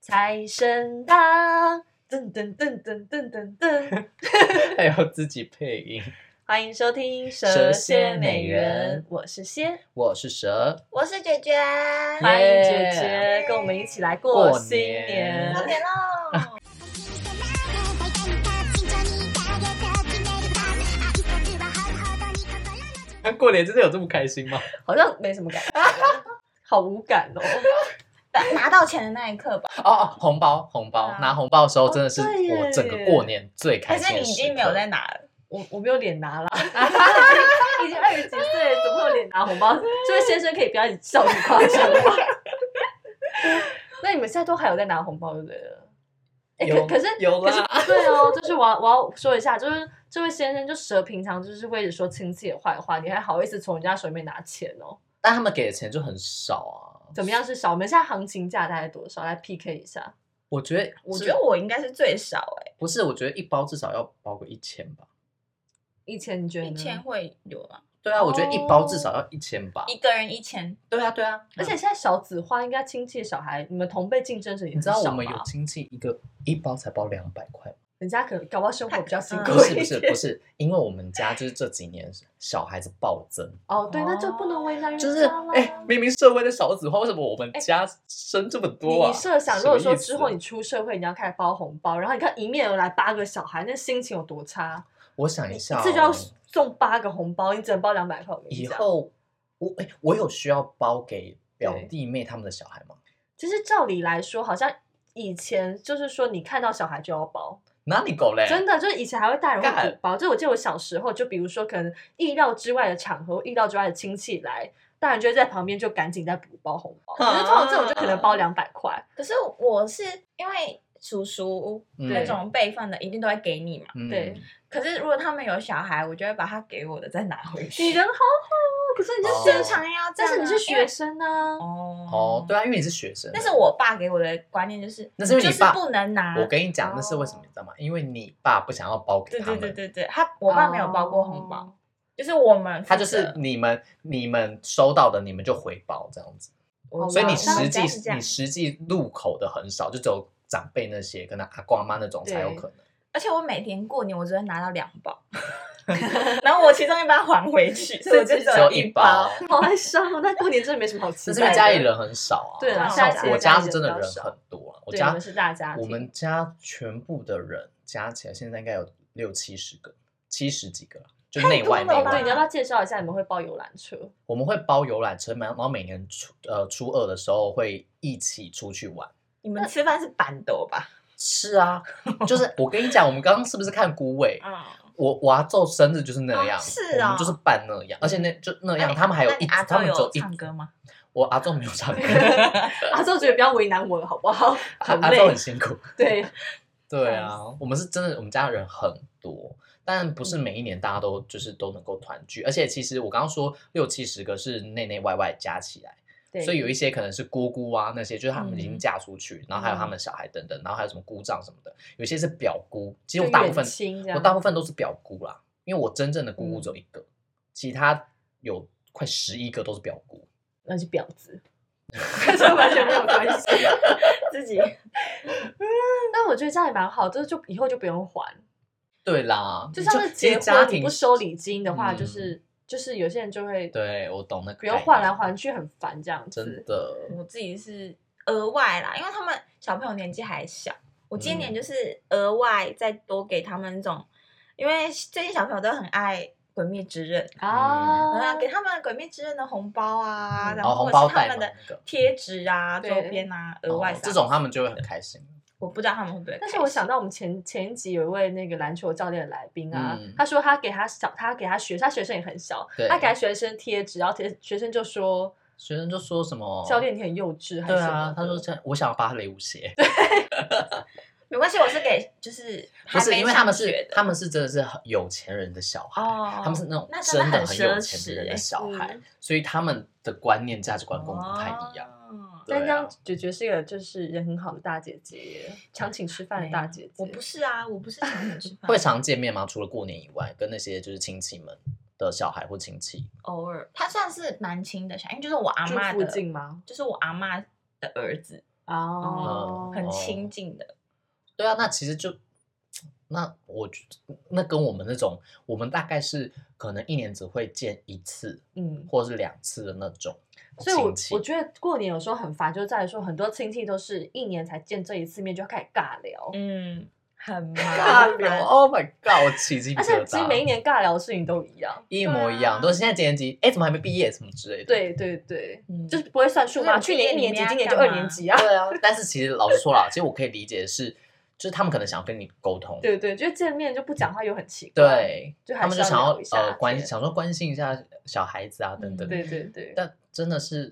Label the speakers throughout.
Speaker 1: 财神到，噔噔噔噔噔噔 噔。
Speaker 2: 还要自己配音。
Speaker 1: 欢迎收听《
Speaker 2: 蛇
Speaker 1: 蛇
Speaker 2: 蝎
Speaker 1: 蝎
Speaker 2: 美
Speaker 1: 美
Speaker 2: 人
Speaker 1: 人》，我是仙，
Speaker 2: 我是 蛇，
Speaker 3: 我是卷卷，
Speaker 1: 欢迎姐
Speaker 3: 耶
Speaker 1: 姐跟我们一起来
Speaker 2: 过
Speaker 1: 过新
Speaker 2: 年
Speaker 1: 年。
Speaker 3: 过年喽！
Speaker 2: 过年真的有这么开心吗？
Speaker 1: 好像没什么 感觉，好无感哦。
Speaker 3: 拿拿到钱的那一刻吧，
Speaker 2: 哦哦，红包红包，
Speaker 3: 对啊
Speaker 2: 拿红包的时候真的是
Speaker 1: 哦对耶
Speaker 2: 我整个过年最开
Speaker 3: 还
Speaker 2: 心
Speaker 3: 是
Speaker 2: 的
Speaker 3: 你已
Speaker 2: 时
Speaker 3: 经没有
Speaker 2: 刻
Speaker 3: 在拿了？
Speaker 1: 我我没有脸拿啦， 已经已经二十几岁了，怎么会有脸拿红包？这位先生可以不要一直笑你夸张 吗？那你们现在都还有在拿红包就对了。哎、
Speaker 2: 有
Speaker 1: 可可是
Speaker 2: 有
Speaker 1: 可
Speaker 2: 啦
Speaker 1: 是对哦，就是我要我要说一下，就是这位先生就蛇平常就是会一直说亲戚的坏话，你还好意思从人家手里面拿钱哦？
Speaker 2: 但他们给的钱就很少啊。
Speaker 1: 怎么样是少？我们现在行情价大概多少？来 PK 一下。
Speaker 2: 我觉得，
Speaker 3: 我觉得我应该是最少哎、
Speaker 2: 不是，我觉得一包至少要包个一千吧。
Speaker 1: 一千你觉得
Speaker 3: 一
Speaker 1: 呢
Speaker 3: 千，会有吗？
Speaker 2: 对啊，我觉得一包至少要一千吧。
Speaker 3: 哦一个人一千，
Speaker 2: 对啊，对啊，
Speaker 1: 而且现在小子化应该亲戚小孩，你们同辈竞争者也
Speaker 2: 你
Speaker 1: 很
Speaker 2: 知道
Speaker 1: 少
Speaker 2: 我
Speaker 1: 吧
Speaker 2: 们有亲戚一个一包才包两百 块吗，
Speaker 1: 人家可能搞不好生活比较辛
Speaker 3: 嗯
Speaker 1: 苦
Speaker 2: 不
Speaker 1: 一
Speaker 2: 是
Speaker 1: 点。
Speaker 2: 不是不是，因为我们家就是这几年小孩子暴增，
Speaker 1: 哦，对，那就不能为难人
Speaker 2: 就是
Speaker 1: 家啦
Speaker 2: 哎、明明社会的少子化，为什么我们
Speaker 1: 哎
Speaker 2: 家生这么多
Speaker 1: 你
Speaker 2: 啊？
Speaker 1: 你设想，
Speaker 2: 什
Speaker 1: 如果
Speaker 2: 么
Speaker 1: 说
Speaker 2: 意
Speaker 1: 之
Speaker 2: 思啊
Speaker 1: 后你出社会，你要开始包红包，然后你看迎面而来八个小孩，那心情有多差？
Speaker 2: 我想一下、哦，
Speaker 1: 这就要送八个红包，你只能包两百块。我跟你
Speaker 2: 以
Speaker 1: 讲，
Speaker 2: 后我哎、我有需要包给表
Speaker 1: 对
Speaker 2: 弟妹他们的小孩吗？
Speaker 1: 其实照理来说，好像以前就是说你看到小孩就要包，
Speaker 2: 哪里狗嘞？
Speaker 1: 真的就是以前还会大人会
Speaker 2: 干
Speaker 1: 补包。就我记得我小时候，就比如说可能意料之外的场合、意料之外的亲戚来，大人就会在旁边就赶紧再补包红包。可是通常这种就可能包两百 块，
Speaker 3: 可是我是因为叔叔
Speaker 2: 嗯
Speaker 3: 那种辈分的，一定都会给你嘛。
Speaker 2: 嗯
Speaker 1: 对
Speaker 3: 可是如果他们有小孩，我就会把他给我的再拿回去。
Speaker 1: 你人好好哦，可是你
Speaker 2: 哦
Speaker 1: 就
Speaker 3: 正
Speaker 1: 正常，
Speaker 3: 常要这
Speaker 1: 但
Speaker 3: 样啊，
Speaker 1: 是你是
Speaker 3: 因
Speaker 1: 学
Speaker 3: 为
Speaker 1: 生啊。
Speaker 3: 哦
Speaker 2: 哦，对啊，因为你是学生，
Speaker 3: 但是我爸给我的观念就是，
Speaker 2: 那是因为
Speaker 3: 就
Speaker 2: 你
Speaker 3: 是
Speaker 2: 爸
Speaker 3: 不能拿。
Speaker 2: 我跟你讲，那是为什
Speaker 1: 哦
Speaker 2: 么，你知道吗？因为你爸不想要包给
Speaker 3: 对
Speaker 2: 他
Speaker 3: 对
Speaker 2: 们，哦
Speaker 3: 对对对，他我爸没有包过红包，，就是我们负责
Speaker 2: 他就是你们你们收到的，你们就回包这样子。
Speaker 3: 我
Speaker 2: 所以你
Speaker 3: 我们
Speaker 2: 实
Speaker 3: 家是这
Speaker 2: 际
Speaker 3: 样
Speaker 2: 你实际入口的很少，就只有长辈那些，可能阿公阿妈那种才有可能。
Speaker 3: 而且我每年过年我只会拿到两包， 然后我其中一包还回去，所以我就
Speaker 2: 只有一包
Speaker 3: 包。，
Speaker 1: 好哀伤哦。那过年真的没什么好期待的。
Speaker 2: 只是因为家里人很少啊。
Speaker 1: 对
Speaker 3: 啦
Speaker 2: 像
Speaker 3: 现在
Speaker 2: 我
Speaker 1: 家里
Speaker 2: 家是
Speaker 1: 人
Speaker 2: 真的
Speaker 1: 比较
Speaker 2: 人
Speaker 1: 少
Speaker 2: 很多啊，我
Speaker 1: 对
Speaker 2: 家
Speaker 1: 你们是大家庭
Speaker 2: 我们家全部的人加起来现在应该有六七十个，七十几个了，就内外
Speaker 3: 多
Speaker 2: 内
Speaker 3: 了
Speaker 1: 哦，
Speaker 3: 吧
Speaker 1: 对，
Speaker 2: 外
Speaker 1: 你。要不要介绍一下你们会包游览车？
Speaker 2: 我们会包游览车，然后每年初呃初二的时候会一起出去玩。
Speaker 3: 你们吃饭是板豆吧？
Speaker 2: 是啊， 就是我跟你讲，我们刚刚是不是看孤伟？
Speaker 1: 啊
Speaker 3: 嗯，
Speaker 2: 我我阿昼生日就是那
Speaker 3: 哦
Speaker 2: 样，
Speaker 3: 是
Speaker 2: 我
Speaker 3: 啊
Speaker 2: 们就是办那样，而且那就那
Speaker 1: 哎
Speaker 2: 样，他们还有
Speaker 3: 那你
Speaker 2: 一
Speaker 3: 阿
Speaker 2: 他
Speaker 3: 周
Speaker 2: 们只有
Speaker 3: 有
Speaker 2: 一
Speaker 3: 唱歌吗？
Speaker 2: 我阿昼没 有唱歌，
Speaker 1: 阿周觉得不要为难我了，好不好？
Speaker 2: 阿
Speaker 1: 很
Speaker 2: 阿昼
Speaker 1: 累
Speaker 2: 很，辛苦。
Speaker 1: 对，
Speaker 2: 对
Speaker 3: 笑
Speaker 2: 啊，我们是真的，我们家人很多，但不是
Speaker 1: 嗯
Speaker 2: 每一年大家都就是都能够团聚，而且其实我刚刚说六七十个是内内外外加起来，
Speaker 1: 对
Speaker 2: 所以有一些可能是姑姑啊那些，就是他们已经
Speaker 3: 嗯
Speaker 2: 嫁出去，然后还有他
Speaker 1: 嗯
Speaker 2: 们小孩等等，然后还有什么姑丈什么的，有些是表姑，其
Speaker 1: 就
Speaker 2: 实我大部
Speaker 1: 远
Speaker 2: 分
Speaker 1: 亲这
Speaker 2: 我
Speaker 1: 样嗯
Speaker 2: 大部分都是表姑啦，因为我真正的姑姑只有一个，其他有快十一个都是表姑，
Speaker 1: 那是婊子， 跟这完全没有关系。
Speaker 3: 自己
Speaker 1: 但我觉得这样也蛮好，就是就以后就不用还，
Speaker 2: 对啦，
Speaker 1: 就像是
Speaker 2: 其实
Speaker 1: 结
Speaker 2: 家
Speaker 1: 婚你
Speaker 2: 庭
Speaker 1: 不收礼金的话，
Speaker 2: 嗯
Speaker 1: 就是就是有些人就会
Speaker 2: 对我懂那个
Speaker 1: 不用
Speaker 2: 概
Speaker 1: 换来
Speaker 2: 念
Speaker 1: 换去，很烦这样
Speaker 2: 真
Speaker 1: 子。
Speaker 2: 的，
Speaker 3: 我自己是额外啦，因为他们小朋友年纪还小，我
Speaker 2: 嗯
Speaker 3: 今年就是额外再多给他们一种，因为最近小朋友都很爱《鬼灭之刃》，
Speaker 2: 嗯
Speaker 1: 啊，
Speaker 3: 然后给他们《鬼灭之刃》的红包啊，
Speaker 1: 嗯
Speaker 3: 然
Speaker 2: 然后
Speaker 3: 后
Speaker 2: 哦红
Speaker 3: 或
Speaker 2: 包
Speaker 3: 者是他
Speaker 2: 袋嘛
Speaker 3: 们的
Speaker 2: 那个。
Speaker 3: 贴纸啊、周
Speaker 1: 对
Speaker 3: 边啊，额外
Speaker 2: 哦
Speaker 3: 撒、
Speaker 2: 这种他们就会很开心。
Speaker 3: 我不知道他们会不会开心。
Speaker 1: 但是我想到我们前前一集有一位那个篮球教练的来宾啊，
Speaker 2: 嗯
Speaker 1: 他说他给他小他给他学他学生也很小
Speaker 2: 对，
Speaker 1: 他给他学生贴纸，然后贴学生就说、
Speaker 2: 学生就说什么
Speaker 1: 教练你很幼稚还是
Speaker 2: 哦对
Speaker 1: 什么
Speaker 2: 啊
Speaker 1: 的，
Speaker 2: 他说这样我想要芭蕾舞鞋，
Speaker 3: 没关系，我是给就是
Speaker 2: 不
Speaker 3: 还
Speaker 2: 是
Speaker 3: 没
Speaker 2: 因为他们
Speaker 3: 上学
Speaker 2: 是
Speaker 3: 的
Speaker 2: 他们是真的是很有钱人的小孩，
Speaker 3: 哦，
Speaker 2: 他们是那种
Speaker 3: 那真
Speaker 2: 真的
Speaker 3: 的很
Speaker 2: 很
Speaker 3: 奢
Speaker 2: 有钱的
Speaker 3: 侈
Speaker 2: 人的
Speaker 3: 欸
Speaker 2: 小孩
Speaker 1: 嗯，
Speaker 2: 所以他们的观念价值观跟我们不太一样。
Speaker 3: 哦
Speaker 2: 对
Speaker 1: 但这
Speaker 2: 啊
Speaker 1: 样，姐姐是一个就是人很好的大姐姐，常请吃饭的大姐姐。
Speaker 3: 哎我不是啊，我不是常很吃饭，
Speaker 2: 会常见面吗？除了过年以外，跟那些就是亲戚们的小孩或亲戚，
Speaker 3: 偶尔他算是蛮亲的小孩，因为就是我阿
Speaker 1: 住
Speaker 3: 妈
Speaker 1: 附
Speaker 3: 的，
Speaker 1: 近吗？
Speaker 3: 就是我阿妈的儿子，
Speaker 1: 哦，
Speaker 2: 嗯
Speaker 3: 很
Speaker 2: 哦
Speaker 3: 亲近的，
Speaker 2: 对啊，那其实就那我觉那跟我们那种，我们大概是可能一年只会见一次
Speaker 1: 嗯。
Speaker 2: 或是两次的那种
Speaker 1: 所以我，
Speaker 2: 亲
Speaker 1: 我
Speaker 2: 戚。
Speaker 1: 觉得过年有时候很烦，就在于说很多亲戚都是一年才见这一次面就开始尬聊，
Speaker 3: 嗯，很麻
Speaker 2: 尬
Speaker 3: 烦
Speaker 2: 聊。，Oh my god！我起鸡皮
Speaker 1: 而
Speaker 2: 疙
Speaker 1: 且
Speaker 2: 瘩。
Speaker 1: 其实每一年尬聊的事情都一样。
Speaker 2: 一模一样，
Speaker 3: 对啊
Speaker 2: 都是现在几年级？哎，怎么还没毕业？什么之类的。
Speaker 1: 对对对，
Speaker 3: 嗯
Speaker 1: 就是不会算数嘛。
Speaker 3: 就是
Speaker 1: 去
Speaker 3: 你
Speaker 1: 年一年级，今
Speaker 3: 毕业
Speaker 1: 年
Speaker 3: 你
Speaker 1: 就
Speaker 3: 要干嘛
Speaker 1: 二年级啊。
Speaker 2: 对啊，但是其实老实说啦，其实我可以理解的是，就是他们可能想要跟你沟通，
Speaker 1: 对对，就是见面就不讲话又很奇怪。
Speaker 2: 对，
Speaker 1: 就还
Speaker 2: 他们就是想
Speaker 1: 要
Speaker 2: 要
Speaker 1: 聊一下
Speaker 2: 呃关
Speaker 1: 对
Speaker 2: 想说关心一下小孩子啊等等。
Speaker 1: 嗯对对对，
Speaker 2: 但真的是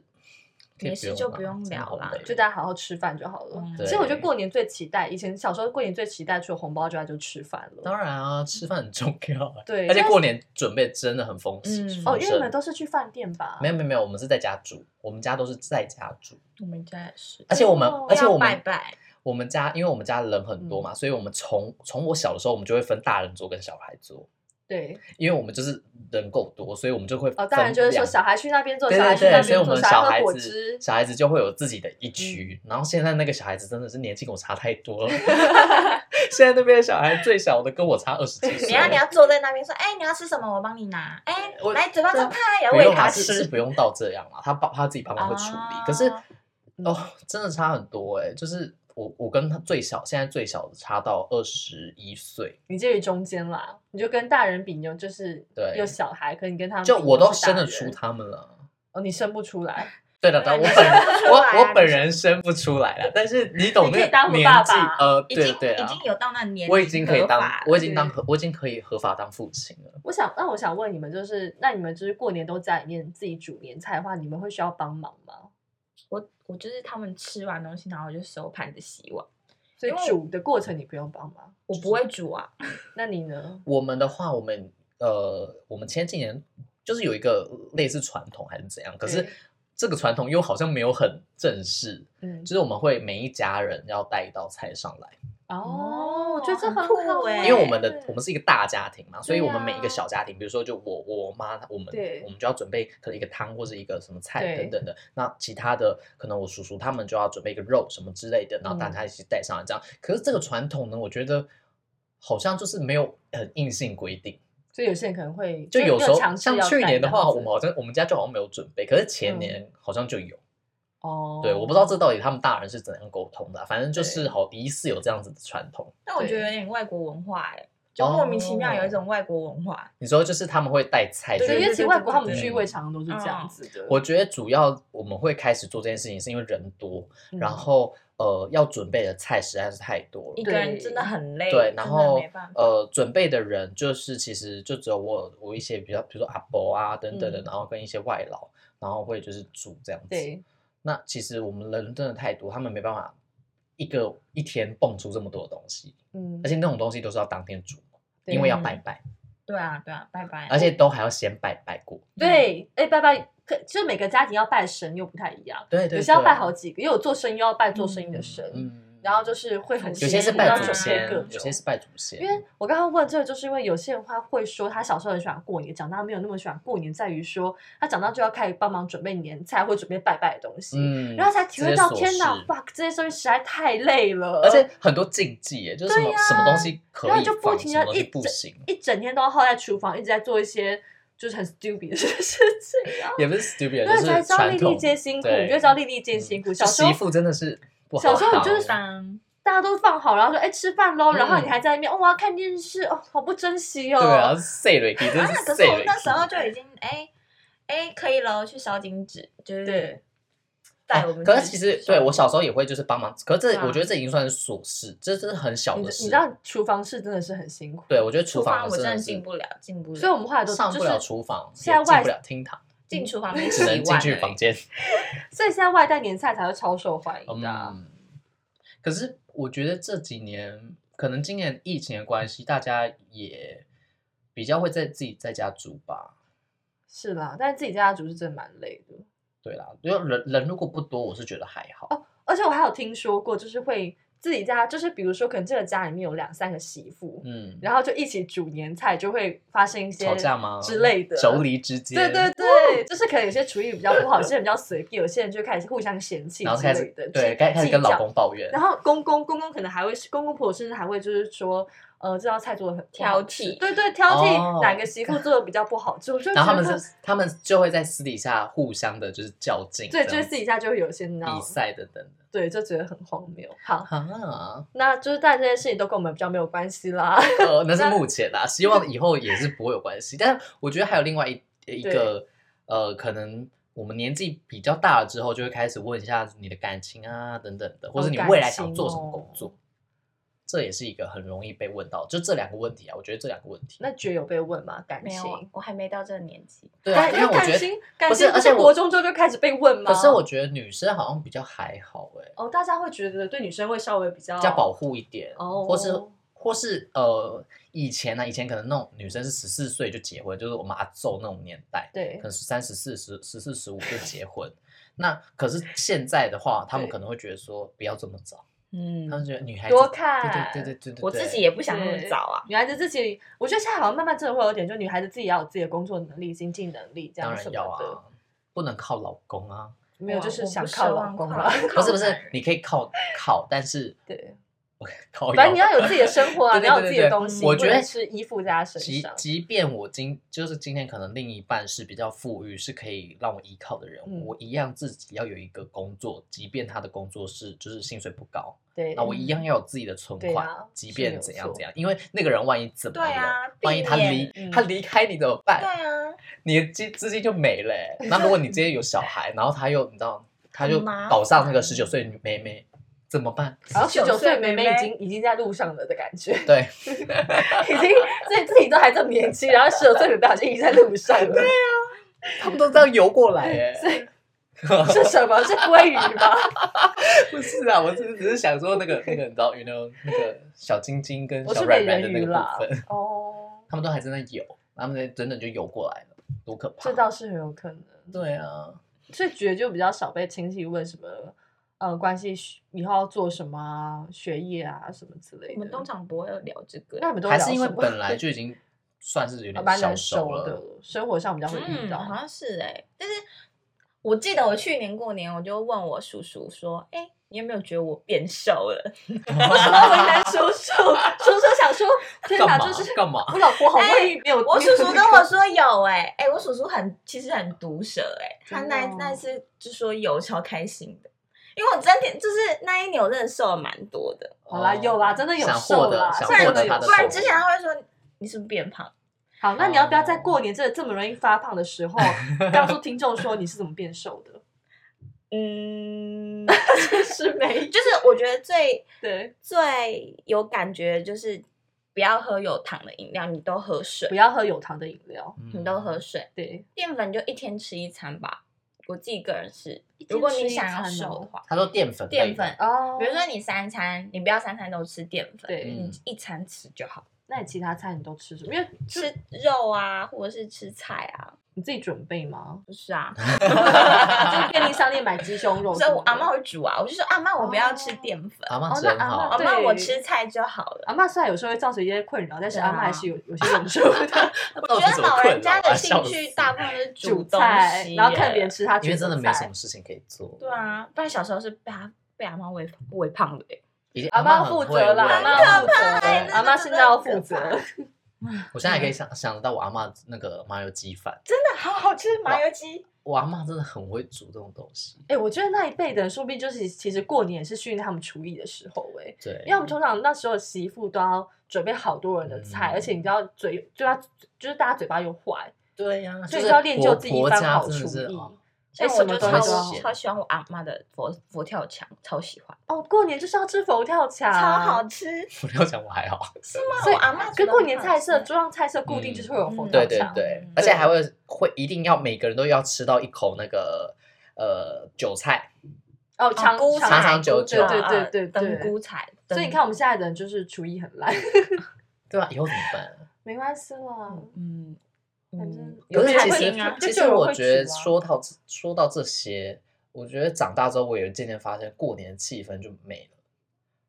Speaker 2: 可以
Speaker 3: 没事就
Speaker 2: 啦
Speaker 3: 不用
Speaker 2: 真的
Speaker 3: 聊
Speaker 2: 好
Speaker 3: 啦
Speaker 2: 累啊
Speaker 1: 就大家好好吃饭就好了
Speaker 3: 嗯。
Speaker 1: 其实我觉得
Speaker 2: 对
Speaker 1: 过年最期待，以前小时候过年最期待除了红包之外就吃饭了。
Speaker 2: 当然啊，吃饭很重要啊。
Speaker 1: 对
Speaker 2: 而且
Speaker 1: 但是
Speaker 2: 过年准备真的很丰
Speaker 3: 嗯
Speaker 2: 丰盛。
Speaker 1: 哦，因为你们都是去饭店吧？
Speaker 2: 没有没有没有，我们是在家煮，我们家都是在家煮，
Speaker 3: 我们家也是，
Speaker 2: 而且我们
Speaker 1: 哦
Speaker 2: 而且
Speaker 3: 要
Speaker 2: 我
Speaker 3: 拜
Speaker 2: 们
Speaker 3: 拜，
Speaker 2: 我们家因为我们家人很
Speaker 1: 嗯
Speaker 2: 多嘛，所以我们从从我小的时候，我们就会分大人桌跟小孩桌，
Speaker 1: 对
Speaker 2: 因为我们就是人够多，所以我们就会
Speaker 1: 哦，大人就会说
Speaker 2: 分两
Speaker 1: 小孩去那边坐，
Speaker 2: 对
Speaker 1: 小孩
Speaker 2: 对
Speaker 1: 去那
Speaker 2: 对，所以
Speaker 1: 边
Speaker 2: 我
Speaker 1: 坐，
Speaker 2: 们小
Speaker 1: 孩
Speaker 2: 孩
Speaker 1: 喝果汁嗯
Speaker 2: 子。小孩子就会有自己的一区，然后现在那个小孩子真的是年纪跟我差太多了， 现在那边的小孩最小的跟我差二十几岁，
Speaker 3: 你要你要坐在那边说，哎，你要吃什么？我帮你拿。哎
Speaker 2: 我，
Speaker 3: 来嘴巴张开，要
Speaker 2: 不
Speaker 3: 喂
Speaker 2: 用
Speaker 3: 他
Speaker 2: 啦，是是
Speaker 3: 吃。
Speaker 2: 不用到这样啦，他爸他自己爸妈会处理。
Speaker 3: 啊
Speaker 2: 可是哦，真的差很多哎、就是我我跟他最小现在最小的差到二十一岁，
Speaker 1: 你介于中间啦，你就跟大人比，你就就是
Speaker 2: 对
Speaker 1: 有小孩，可你跟他们
Speaker 2: 就
Speaker 1: 比
Speaker 2: 我
Speaker 1: 你
Speaker 2: 都
Speaker 1: 是大
Speaker 2: 生得
Speaker 1: 人
Speaker 2: 出他们了。
Speaker 1: 哦，你生不出来，
Speaker 2: 对了，
Speaker 3: 对
Speaker 2: 但
Speaker 3: 啊
Speaker 2: 我本
Speaker 3: 你生不出来啊
Speaker 2: 我我
Speaker 3: 你
Speaker 2: 本
Speaker 3: 是
Speaker 2: 人生不出来了，但 是你懂
Speaker 1: 你可
Speaker 2: 那
Speaker 1: 以当
Speaker 2: 个
Speaker 1: 我
Speaker 2: 年
Speaker 1: 爸
Speaker 2: 纪
Speaker 1: 爸，
Speaker 2: 呃，
Speaker 3: 已
Speaker 2: 对
Speaker 3: 经
Speaker 2: 对
Speaker 3: 已
Speaker 2: 啊，
Speaker 3: 经有到那年龄，
Speaker 2: 我已经可以当
Speaker 3: 合法，了
Speaker 2: 我已经当
Speaker 1: 对
Speaker 2: 合，我已经可以合法当父亲了。
Speaker 1: 我想，那我想问你们，就是那你们就是过年都家里面自己煮年菜的话，你们会需要帮忙吗？
Speaker 3: 我我就是他们吃完东西，然后我就收盘子洗碗，
Speaker 1: 所以
Speaker 3: 因为
Speaker 1: 煮的过程你不用帮忙，
Speaker 3: 我不会煮啊。
Speaker 1: 那你呢？
Speaker 2: 我们的话，我们呃，我们前几年就是有一个类似传统还是怎样，可是
Speaker 1: 对
Speaker 2: 这个传统又好像没有很正式，
Speaker 1: 嗯
Speaker 2: 就，是我们会每一家人要带一道菜上来，
Speaker 1: 哦，我觉得这
Speaker 3: 很
Speaker 1: 很
Speaker 3: 酷
Speaker 1: 好
Speaker 3: 欸
Speaker 1: 欸
Speaker 2: 因为我们的
Speaker 1: 对
Speaker 2: 我们是一个大家庭嘛，所以
Speaker 1: 对
Speaker 2: 我们每一个
Speaker 1: 啊
Speaker 2: 小家庭，比如说就我我妈，我们
Speaker 1: 对
Speaker 2: 我们就要准备可能一个汤或者一个什么菜
Speaker 1: 对
Speaker 2: 等等的，那其他的可能我叔叔他们就要准备一个肉什么之类的，然后大
Speaker 1: 嗯
Speaker 2: 家一起带上来这样。可是这个传统呢，我觉得好像就是没有很硬性规定。
Speaker 1: 所以有些人可能会
Speaker 2: 就有
Speaker 1: 没
Speaker 2: 时候
Speaker 1: 强制
Speaker 2: 像
Speaker 1: 要
Speaker 2: 去
Speaker 1: 带
Speaker 2: 年的
Speaker 1: 这样
Speaker 2: 话，
Speaker 1: 子
Speaker 2: 我们好像我们家就好像没有准备，可是前
Speaker 1: 嗯
Speaker 2: 年好像就有。
Speaker 1: 哦，
Speaker 2: 对，我不知道这到底他们大人是怎样沟通的啊、反正就
Speaker 1: 对
Speaker 2: 是好疑似有这样子的传统。
Speaker 3: 但我觉得有点外国文化哎，就莫名其妙有
Speaker 2: 哦
Speaker 3: 一种外国文化。
Speaker 2: 你说就是他们会带菜去，
Speaker 1: 对，因为其实
Speaker 3: 对
Speaker 1: 外
Speaker 3: 对
Speaker 1: 国
Speaker 3: 对
Speaker 1: 他们
Speaker 2: 对
Speaker 1: 聚会常常都是这样
Speaker 3: 嗯
Speaker 1: 子的。
Speaker 2: 我觉得主要我们会开始做这件事情，是因为人多，
Speaker 1: 嗯
Speaker 2: 然后呃要准备的菜实在是太多
Speaker 3: 一
Speaker 2: 了。
Speaker 3: 个人真的很累，
Speaker 2: 对，然
Speaker 3: 真的
Speaker 2: 后
Speaker 3: 没办法。
Speaker 2: 呃，准备的人就是其实就只有我我一些比较，比如说阿伯啊等等的，
Speaker 1: 嗯
Speaker 2: 然后跟一些外劳，然后会就是煮这样子。
Speaker 1: 对，
Speaker 2: 那其实我们人真的太多，他们没办法一个一天蹦出这么多东西，
Speaker 1: 嗯
Speaker 2: 而，且那种东西都是要当天煮，
Speaker 1: 对
Speaker 2: 因为要拜拜，
Speaker 3: 对啊，对啊，拜拜。
Speaker 2: 而且都嗯还要先拜拜过。
Speaker 1: 对，哎，拜拜，可就是每个家庭要拜神又不太一样，
Speaker 2: 对对
Speaker 1: 有些要拜
Speaker 2: 对啊
Speaker 1: 好几个，因为有做生意又要拜做生意的神，
Speaker 2: 嗯
Speaker 1: 然后就是会很
Speaker 3: 有
Speaker 2: 有些是
Speaker 1: 不
Speaker 2: 拜
Speaker 1: 断
Speaker 3: 祖
Speaker 2: 祖
Speaker 1: 地
Speaker 2: 先
Speaker 1: 各种，
Speaker 2: 有些是拜祖先，
Speaker 1: 因为我刚刚问这个，就是因为有些人他会说他小时候很喜欢过年，长大没有那么喜欢过年，在于说他长大就要开始帮忙准备年菜或准备拜拜的东西，
Speaker 2: 嗯
Speaker 1: 然后才体会到天哪
Speaker 2: 哪，，
Speaker 1: 哇，这些东西实在太累了，
Speaker 2: 而且很多禁忌耶，就是什么、
Speaker 3: 对呀
Speaker 2: 什么东西可以
Speaker 1: 然后
Speaker 2: 放，
Speaker 1: 就不停
Speaker 2: 什
Speaker 1: 的
Speaker 2: 么东
Speaker 1: 一
Speaker 2: 西不
Speaker 1: 整
Speaker 2: 行，
Speaker 1: 一整天都要耗在厨房，一直在做一些就是很 stupid 的事情啊。
Speaker 2: 也不是 stupid，
Speaker 1: 对，
Speaker 2: 就
Speaker 1: 才
Speaker 2: 是
Speaker 1: 知道粒
Speaker 2: 传
Speaker 1: 粒
Speaker 2: 统。
Speaker 1: 皆辛苦，
Speaker 2: 对
Speaker 1: 你就知道粒粒皆辛苦。
Speaker 2: 嗯
Speaker 1: 小时
Speaker 2: 媳
Speaker 1: 候
Speaker 2: 妇真的是不好
Speaker 1: 小时候
Speaker 2: 当
Speaker 1: 就是
Speaker 3: 当
Speaker 1: 大家都放好，然后说哎吃饭喽，然后
Speaker 2: 嗯
Speaker 1: 你还在那边哦我要看电视哦，好不珍惜哦。
Speaker 2: 对啊，塞 瑞基真
Speaker 3: 啊，
Speaker 2: 是
Speaker 3: 可是
Speaker 2: 塞
Speaker 3: 我
Speaker 2: 瑞
Speaker 3: 那时候
Speaker 2: 基。
Speaker 3: 就已经哎哎可以喽，去烧金纸，就是
Speaker 1: 对
Speaker 3: 带我们去烧。
Speaker 2: 啊可是其实对我小时候也会就是帮忙，可是
Speaker 3: 对
Speaker 2: 这
Speaker 3: 啊
Speaker 2: 我觉得这已经算是琐事，这真的很小
Speaker 1: 你
Speaker 2: 的
Speaker 1: 知
Speaker 2: 事。
Speaker 1: 你知道厨房事真的是很辛苦，
Speaker 2: 对，我觉得厨
Speaker 3: 厨房
Speaker 2: 房
Speaker 3: 我真的
Speaker 2: 是
Speaker 3: 进不了，进不了，
Speaker 1: 所以我们后来都
Speaker 2: 上
Speaker 1: 就
Speaker 2: 不了
Speaker 1: 是，
Speaker 2: 厨房，
Speaker 1: 现在
Speaker 2: 也进
Speaker 1: 外
Speaker 2: 不了厅堂，
Speaker 3: 进厨房面
Speaker 2: 只能进去
Speaker 3: 房
Speaker 2: 房
Speaker 3: 间。
Speaker 2: 间。
Speaker 1: 所以现在外带年菜才会超受欢迎的啊。
Speaker 2: 嗯，可是我觉得这几年，可能今年疫情的关系，大家也比较会在自己在家煮吧。
Speaker 1: 是啦，但是自己在家煮是真的蛮累的。哦
Speaker 2: 对啦，因为人人如果不多，我是觉得还好。
Speaker 1: 而且我还有听说过，就是会自己家就是比如说，可能这个家里面有两三个媳妇，
Speaker 2: 嗯，
Speaker 1: 然后就一起煮年菜，就会发生一些
Speaker 2: 吵架吗
Speaker 1: 之类的。
Speaker 2: 妯娌之间，
Speaker 1: 对对对，就是可能有些厨艺比较不好，有些人比较随便，有些人就开始互相嫌弃
Speaker 2: 然后
Speaker 1: 之
Speaker 2: 开
Speaker 1: 类
Speaker 2: 始
Speaker 1: 的，
Speaker 2: 对，
Speaker 1: 计
Speaker 2: 开开始跟
Speaker 1: 计较
Speaker 2: 老公抱怨，
Speaker 1: 然后公公公公可能还会公公婆婆甚至还会就是说，呃，这道菜做的很不
Speaker 3: 挑
Speaker 1: 好吃
Speaker 3: 剔
Speaker 1: 对对，挑剔、
Speaker 2: 哦
Speaker 1: 哪个媳妇做的比较不好吃，我就
Speaker 2: 然后
Speaker 1: 觉
Speaker 2: 他
Speaker 1: 得
Speaker 2: 们是他们就会在私底下互相的就是较劲，
Speaker 1: 对，
Speaker 2: 这
Speaker 1: 就是
Speaker 2: 样子
Speaker 1: 私底下就会有一些闹
Speaker 2: 比，赛等等的
Speaker 1: 对，就觉得很荒谬。好，
Speaker 2: 啊，
Speaker 1: 那就是但这件事情都跟我们比较没有关系啦。
Speaker 2: 呃，那是目前啦，希望以后也是不会有关系。但是我觉得还有另外一一个呃，可能我们年纪比较大了之后，就会开始问一下你的感情啊等等的，
Speaker 1: 哦
Speaker 2: 或者你未来想做什么工作，这也是一个很容易被问到。就这两个问题啊，我觉得这两个问题，
Speaker 1: 那觉有被问吗？感
Speaker 3: 没
Speaker 1: 情？
Speaker 3: 有，我还没到这个年纪。
Speaker 2: 啊对啊，
Speaker 1: 感
Speaker 2: 因为我
Speaker 1: 感
Speaker 2: 觉得
Speaker 1: 情，感
Speaker 2: 不是
Speaker 1: 情
Speaker 2: 而且我
Speaker 1: 国中之后就开始被问吗？
Speaker 2: 可是我觉得女生好像比较还好哎、
Speaker 1: 哦，大家会觉得对女生会稍微比较
Speaker 2: 比较保护一点，
Speaker 1: 哦
Speaker 2: 或是或是呃，以前呢、以前可能那种女生是十四岁就结婚，就是我们阿揍那种年代，
Speaker 1: 对
Speaker 2: 可能是三十四、十十四、十五就结婚。那可是现在的话，他们
Speaker 1: 对
Speaker 2: 可能会觉得说不要这么早，他
Speaker 3: 嗯，
Speaker 2: 们觉得女孩子
Speaker 1: 多看，
Speaker 2: 对对对对对对，
Speaker 3: 我自己
Speaker 2: 也
Speaker 3: 也不想那么
Speaker 1: 对
Speaker 3: 早啊。
Speaker 1: 女孩子自己，我觉得现在好像慢慢真的会有点，就女孩子自己要有自己的工作能力、经济能力这
Speaker 2: 当
Speaker 1: 样什
Speaker 2: 然
Speaker 1: 么
Speaker 2: 要
Speaker 1: 的。
Speaker 2: 啊，不能靠老公啊，
Speaker 1: 没有，
Speaker 3: 哇
Speaker 1: 就是
Speaker 3: 我不
Speaker 1: 想
Speaker 3: 奢
Speaker 1: 靠老
Speaker 3: 望
Speaker 1: 公
Speaker 3: 靠
Speaker 1: 了。
Speaker 2: 不是不
Speaker 3: 男
Speaker 2: 是
Speaker 3: 人，
Speaker 2: 你可以靠靠，但 是
Speaker 1: 对，
Speaker 2: 靠
Speaker 1: 反正
Speaker 2: 腰
Speaker 1: 你要有自 己的生活啊，
Speaker 2: 对对
Speaker 1: 你要有
Speaker 2: 对
Speaker 1: 自己的
Speaker 2: 对
Speaker 1: 东西，
Speaker 2: 我
Speaker 1: 不
Speaker 2: 觉得
Speaker 1: 能是依附在他身
Speaker 2: 即
Speaker 1: 上。
Speaker 2: 即便我今就是今天可能另一半是比较富裕，是可以让我依靠的人，
Speaker 1: 嗯
Speaker 2: 我一样自己要有一个工作，即便他的工作是就是薪水不高，
Speaker 1: 对
Speaker 2: 那，我一样要有自己的存
Speaker 1: 嗯对
Speaker 2: 款，
Speaker 1: 啊
Speaker 2: 即
Speaker 1: 是
Speaker 2: 便
Speaker 1: 没
Speaker 2: 怎
Speaker 1: 有
Speaker 2: 样
Speaker 1: 错
Speaker 2: 怎样，因为那个人万一怎么了，
Speaker 3: 对啊
Speaker 2: 万一
Speaker 3: 避
Speaker 2: 他离
Speaker 3: 免、
Speaker 1: 嗯
Speaker 2: 他离开你怎么
Speaker 3: 对
Speaker 2: 办？
Speaker 3: 啊，
Speaker 2: 你的资资金就没了欸、那如果你今天有小孩，然后他又你知道，他就
Speaker 3: 很麻
Speaker 2: 搞上那个
Speaker 3: 烦
Speaker 2: 十九岁女妹妹，怎么办？
Speaker 1: 然后十九
Speaker 3: 19
Speaker 1: 岁
Speaker 3: 岁
Speaker 1: 妹
Speaker 3: 妹
Speaker 1: 妹
Speaker 3: 妹
Speaker 1: 已经已经在路上了的感觉，
Speaker 2: 对，
Speaker 1: 已经自己自己都还这么年轻，然后十九岁妹妹好像已经在路上了。对啊，
Speaker 2: 他们都这样游过来、欸，
Speaker 1: 所以是什么？是鲑鱼吗？
Speaker 2: 不是啊，我只是只是想说那个那个，你知道，you know，那个小晶晶跟
Speaker 1: 我
Speaker 2: 小
Speaker 1: 是
Speaker 2: 软
Speaker 1: 美
Speaker 2: 软
Speaker 1: 人
Speaker 2: 的那
Speaker 1: 鱼
Speaker 2: 个
Speaker 1: 啦
Speaker 2: 部分，。
Speaker 1: 哦，
Speaker 2: 他们都还真的游，他们在整整就游过来了，多可怕！
Speaker 1: 这倒是很有可能。
Speaker 2: 对啊，
Speaker 1: 所以觉就比较少被亲戚问什么，呃，关系学以后要做什么啊，学业啊什么之类的。
Speaker 3: 我们通常不会聊这个。
Speaker 1: 那你们都
Speaker 2: 还
Speaker 1: 聊
Speaker 2: 是因为
Speaker 1: 什么
Speaker 2: 本 来就已经算是有
Speaker 1: 啊
Speaker 2: 点
Speaker 1: 蛮
Speaker 2: 小
Speaker 1: 难
Speaker 2: 熟
Speaker 1: 熟
Speaker 2: 了
Speaker 1: 的，，生活上比较会遇
Speaker 3: 嗯，
Speaker 1: 到。
Speaker 3: 好 像是哎、但是我记得我去年过年，我就问我叔叔说：“哎、你有没有觉得我变瘦了？”
Speaker 1: 然后为难叔叔，叔叔想 说，天哪，
Speaker 2: 干嘛
Speaker 1: 就是
Speaker 2: 干嘛？
Speaker 1: 我老婆好会
Speaker 3: 哎
Speaker 1: 没有。
Speaker 3: 我叔叔跟我说有哎、哎、我叔叔很其实很毒舌哎、他
Speaker 1: 真的
Speaker 3: 那
Speaker 1: 哦
Speaker 3: 那一次就说有超开心的，因为我真的就是那一年我真的瘦了蛮多的，
Speaker 1: 好
Speaker 2: 哦
Speaker 1: 啦，有啦，真的有
Speaker 2: 想
Speaker 1: 瘦
Speaker 2: 获得
Speaker 1: 啦，
Speaker 2: 想
Speaker 3: 不然
Speaker 2: 获
Speaker 1: 真
Speaker 2: 得
Speaker 1: 的
Speaker 2: 他
Speaker 1: 有
Speaker 2: 的
Speaker 3: 不然
Speaker 2: 瘦
Speaker 3: 之前他会说你是不是变胖？
Speaker 1: 好，那你要不要在
Speaker 2: 哦
Speaker 1: 过年这这么容易发胖的时 候，告诉听众说你是怎么变瘦的？
Speaker 3: 嗯，
Speaker 1: 是没
Speaker 3: 就是我觉得最
Speaker 1: 对，
Speaker 3: 最有感觉就是不要喝有糖的饮料，你都喝水
Speaker 1: 不，要喝有糖的饮料。
Speaker 2: 嗯
Speaker 3: 你都喝水。
Speaker 1: 对，
Speaker 3: 淀粉就一天吃一餐吧，我自己个人是
Speaker 1: 一，天
Speaker 3: 如果你
Speaker 1: 吃一
Speaker 3: 想要
Speaker 1: 餐
Speaker 3: 瘦
Speaker 1: 哦
Speaker 3: 的话，
Speaker 2: 他说淀粉类
Speaker 3: 淀
Speaker 2: 的
Speaker 3: 粉，
Speaker 1: 哦，
Speaker 3: 比如说你三餐，你不要三餐都吃淀粉，
Speaker 1: 对
Speaker 3: 你
Speaker 2: 嗯
Speaker 3: 一餐吃就好，
Speaker 1: 那你其他菜你都吃什么？因为就
Speaker 3: 吃肉啊，或者是吃菜啊，？
Speaker 1: 你自己准备吗
Speaker 3: 不是啊，
Speaker 1: 就是便利商店买鸡胸肉什么的，
Speaker 3: 所以我阿妈会煮啊，我就说阿妈我不要吃
Speaker 1: 哦
Speaker 3: 淀粉，
Speaker 2: 阿妈
Speaker 1: 哦
Speaker 2: 真
Speaker 1: 那阿嬷
Speaker 2: 好啊
Speaker 3: 阿，妈我
Speaker 1: 对
Speaker 3: 吃菜就好了。
Speaker 1: 阿妈虽然有时候会造成一些困扰，但是
Speaker 3: 对啊
Speaker 1: 阿妈还是有有些忍受 的，
Speaker 2: 我
Speaker 3: 我觉得老人家 的兴趣大部分都是
Speaker 1: 啊煮
Speaker 3: 东
Speaker 1: 菜，
Speaker 3: 西耶，
Speaker 1: 然后看别人吃他煮
Speaker 2: 啊因为真的没什
Speaker 1: 菜
Speaker 2: 么。事情可以做。
Speaker 3: 对，啊，不然小时候是被他被阿妈喂喂胖的欸耶。
Speaker 2: 已经
Speaker 1: 阿妈
Speaker 2: 妈很
Speaker 1: 啊负
Speaker 2: 会
Speaker 1: 责啦，
Speaker 2: 喂
Speaker 1: 阿妈
Speaker 2: 了
Speaker 1: 负责，
Speaker 3: 怕
Speaker 1: 阿妈现在要负责。
Speaker 2: 我现在还可 以想想得到我阿妈那个麻油鸡饭，
Speaker 3: 真的好好吃麻油鸡，
Speaker 2: 我阿妈真的很会煮这种东西。
Speaker 1: 哎，我觉得那一辈的人，说不定就是其实过年是训练他们厨艺的时候，哎，
Speaker 2: 对，
Speaker 1: 因为我们通常那时候媳妇都要准备好多人的菜，
Speaker 2: 嗯
Speaker 1: 而且你知道嘴就要就是大家嘴巴又坏，
Speaker 2: 对呀、
Speaker 1: 所以
Speaker 2: 就
Speaker 1: 要
Speaker 2: 是
Speaker 1: 练
Speaker 2: 婆
Speaker 1: 就自己一
Speaker 2: 婆
Speaker 1: 番
Speaker 2: 家
Speaker 1: 好
Speaker 2: 真的
Speaker 1: 厨
Speaker 2: 是
Speaker 1: 艺
Speaker 2: 哦
Speaker 1: 哎
Speaker 3: 像我
Speaker 1: 什么
Speaker 3: 就
Speaker 1: 东
Speaker 3: 超
Speaker 1: 西都
Speaker 2: 要
Speaker 3: 超喜欢我阿妈的佛佛跳墙，超喜欢，
Speaker 1: 哦，过年就是要吃佛跳墙，
Speaker 3: 超好吃。
Speaker 2: 佛跳墙我还好，
Speaker 3: 是 吗？
Speaker 1: 所以
Speaker 3: 我阿妈
Speaker 1: 跟过年菜色、桌上菜色固定就是会有佛
Speaker 3: 嗯
Speaker 1: 跳
Speaker 2: 对
Speaker 1: 墙，
Speaker 2: 对对
Speaker 3: 嗯，
Speaker 2: 而且还会会一定要每个人都要吃到一口那个呃韭菜，
Speaker 1: 哦，长
Speaker 3: 菇
Speaker 1: 长
Speaker 2: 长
Speaker 3: 菜
Speaker 2: 长久
Speaker 3: 菇
Speaker 2: 久
Speaker 3: 的
Speaker 1: 对对对对
Speaker 3: 呃灯
Speaker 1: 对
Speaker 3: 菇菜，
Speaker 1: 所以你
Speaker 3: 灯
Speaker 1: 看，我们现在的人就是厨艺很烂，啊
Speaker 2: 对吧、以后怎么 办？
Speaker 1: 没关系啦。
Speaker 3: 嗯
Speaker 1: 反
Speaker 3: 嗯
Speaker 1: 正，
Speaker 3: 有
Speaker 2: 可是
Speaker 3: 菜
Speaker 2: 其
Speaker 1: 会
Speaker 2: 实
Speaker 3: 品啊，
Speaker 1: 就
Speaker 2: 其
Speaker 1: 就
Speaker 2: 实
Speaker 1: 有
Speaker 2: 我
Speaker 1: 会
Speaker 2: 觉得
Speaker 1: 煮啊
Speaker 2: 说到说到这些，我觉得长大之后，我也渐渐发现过年的气氛就没了。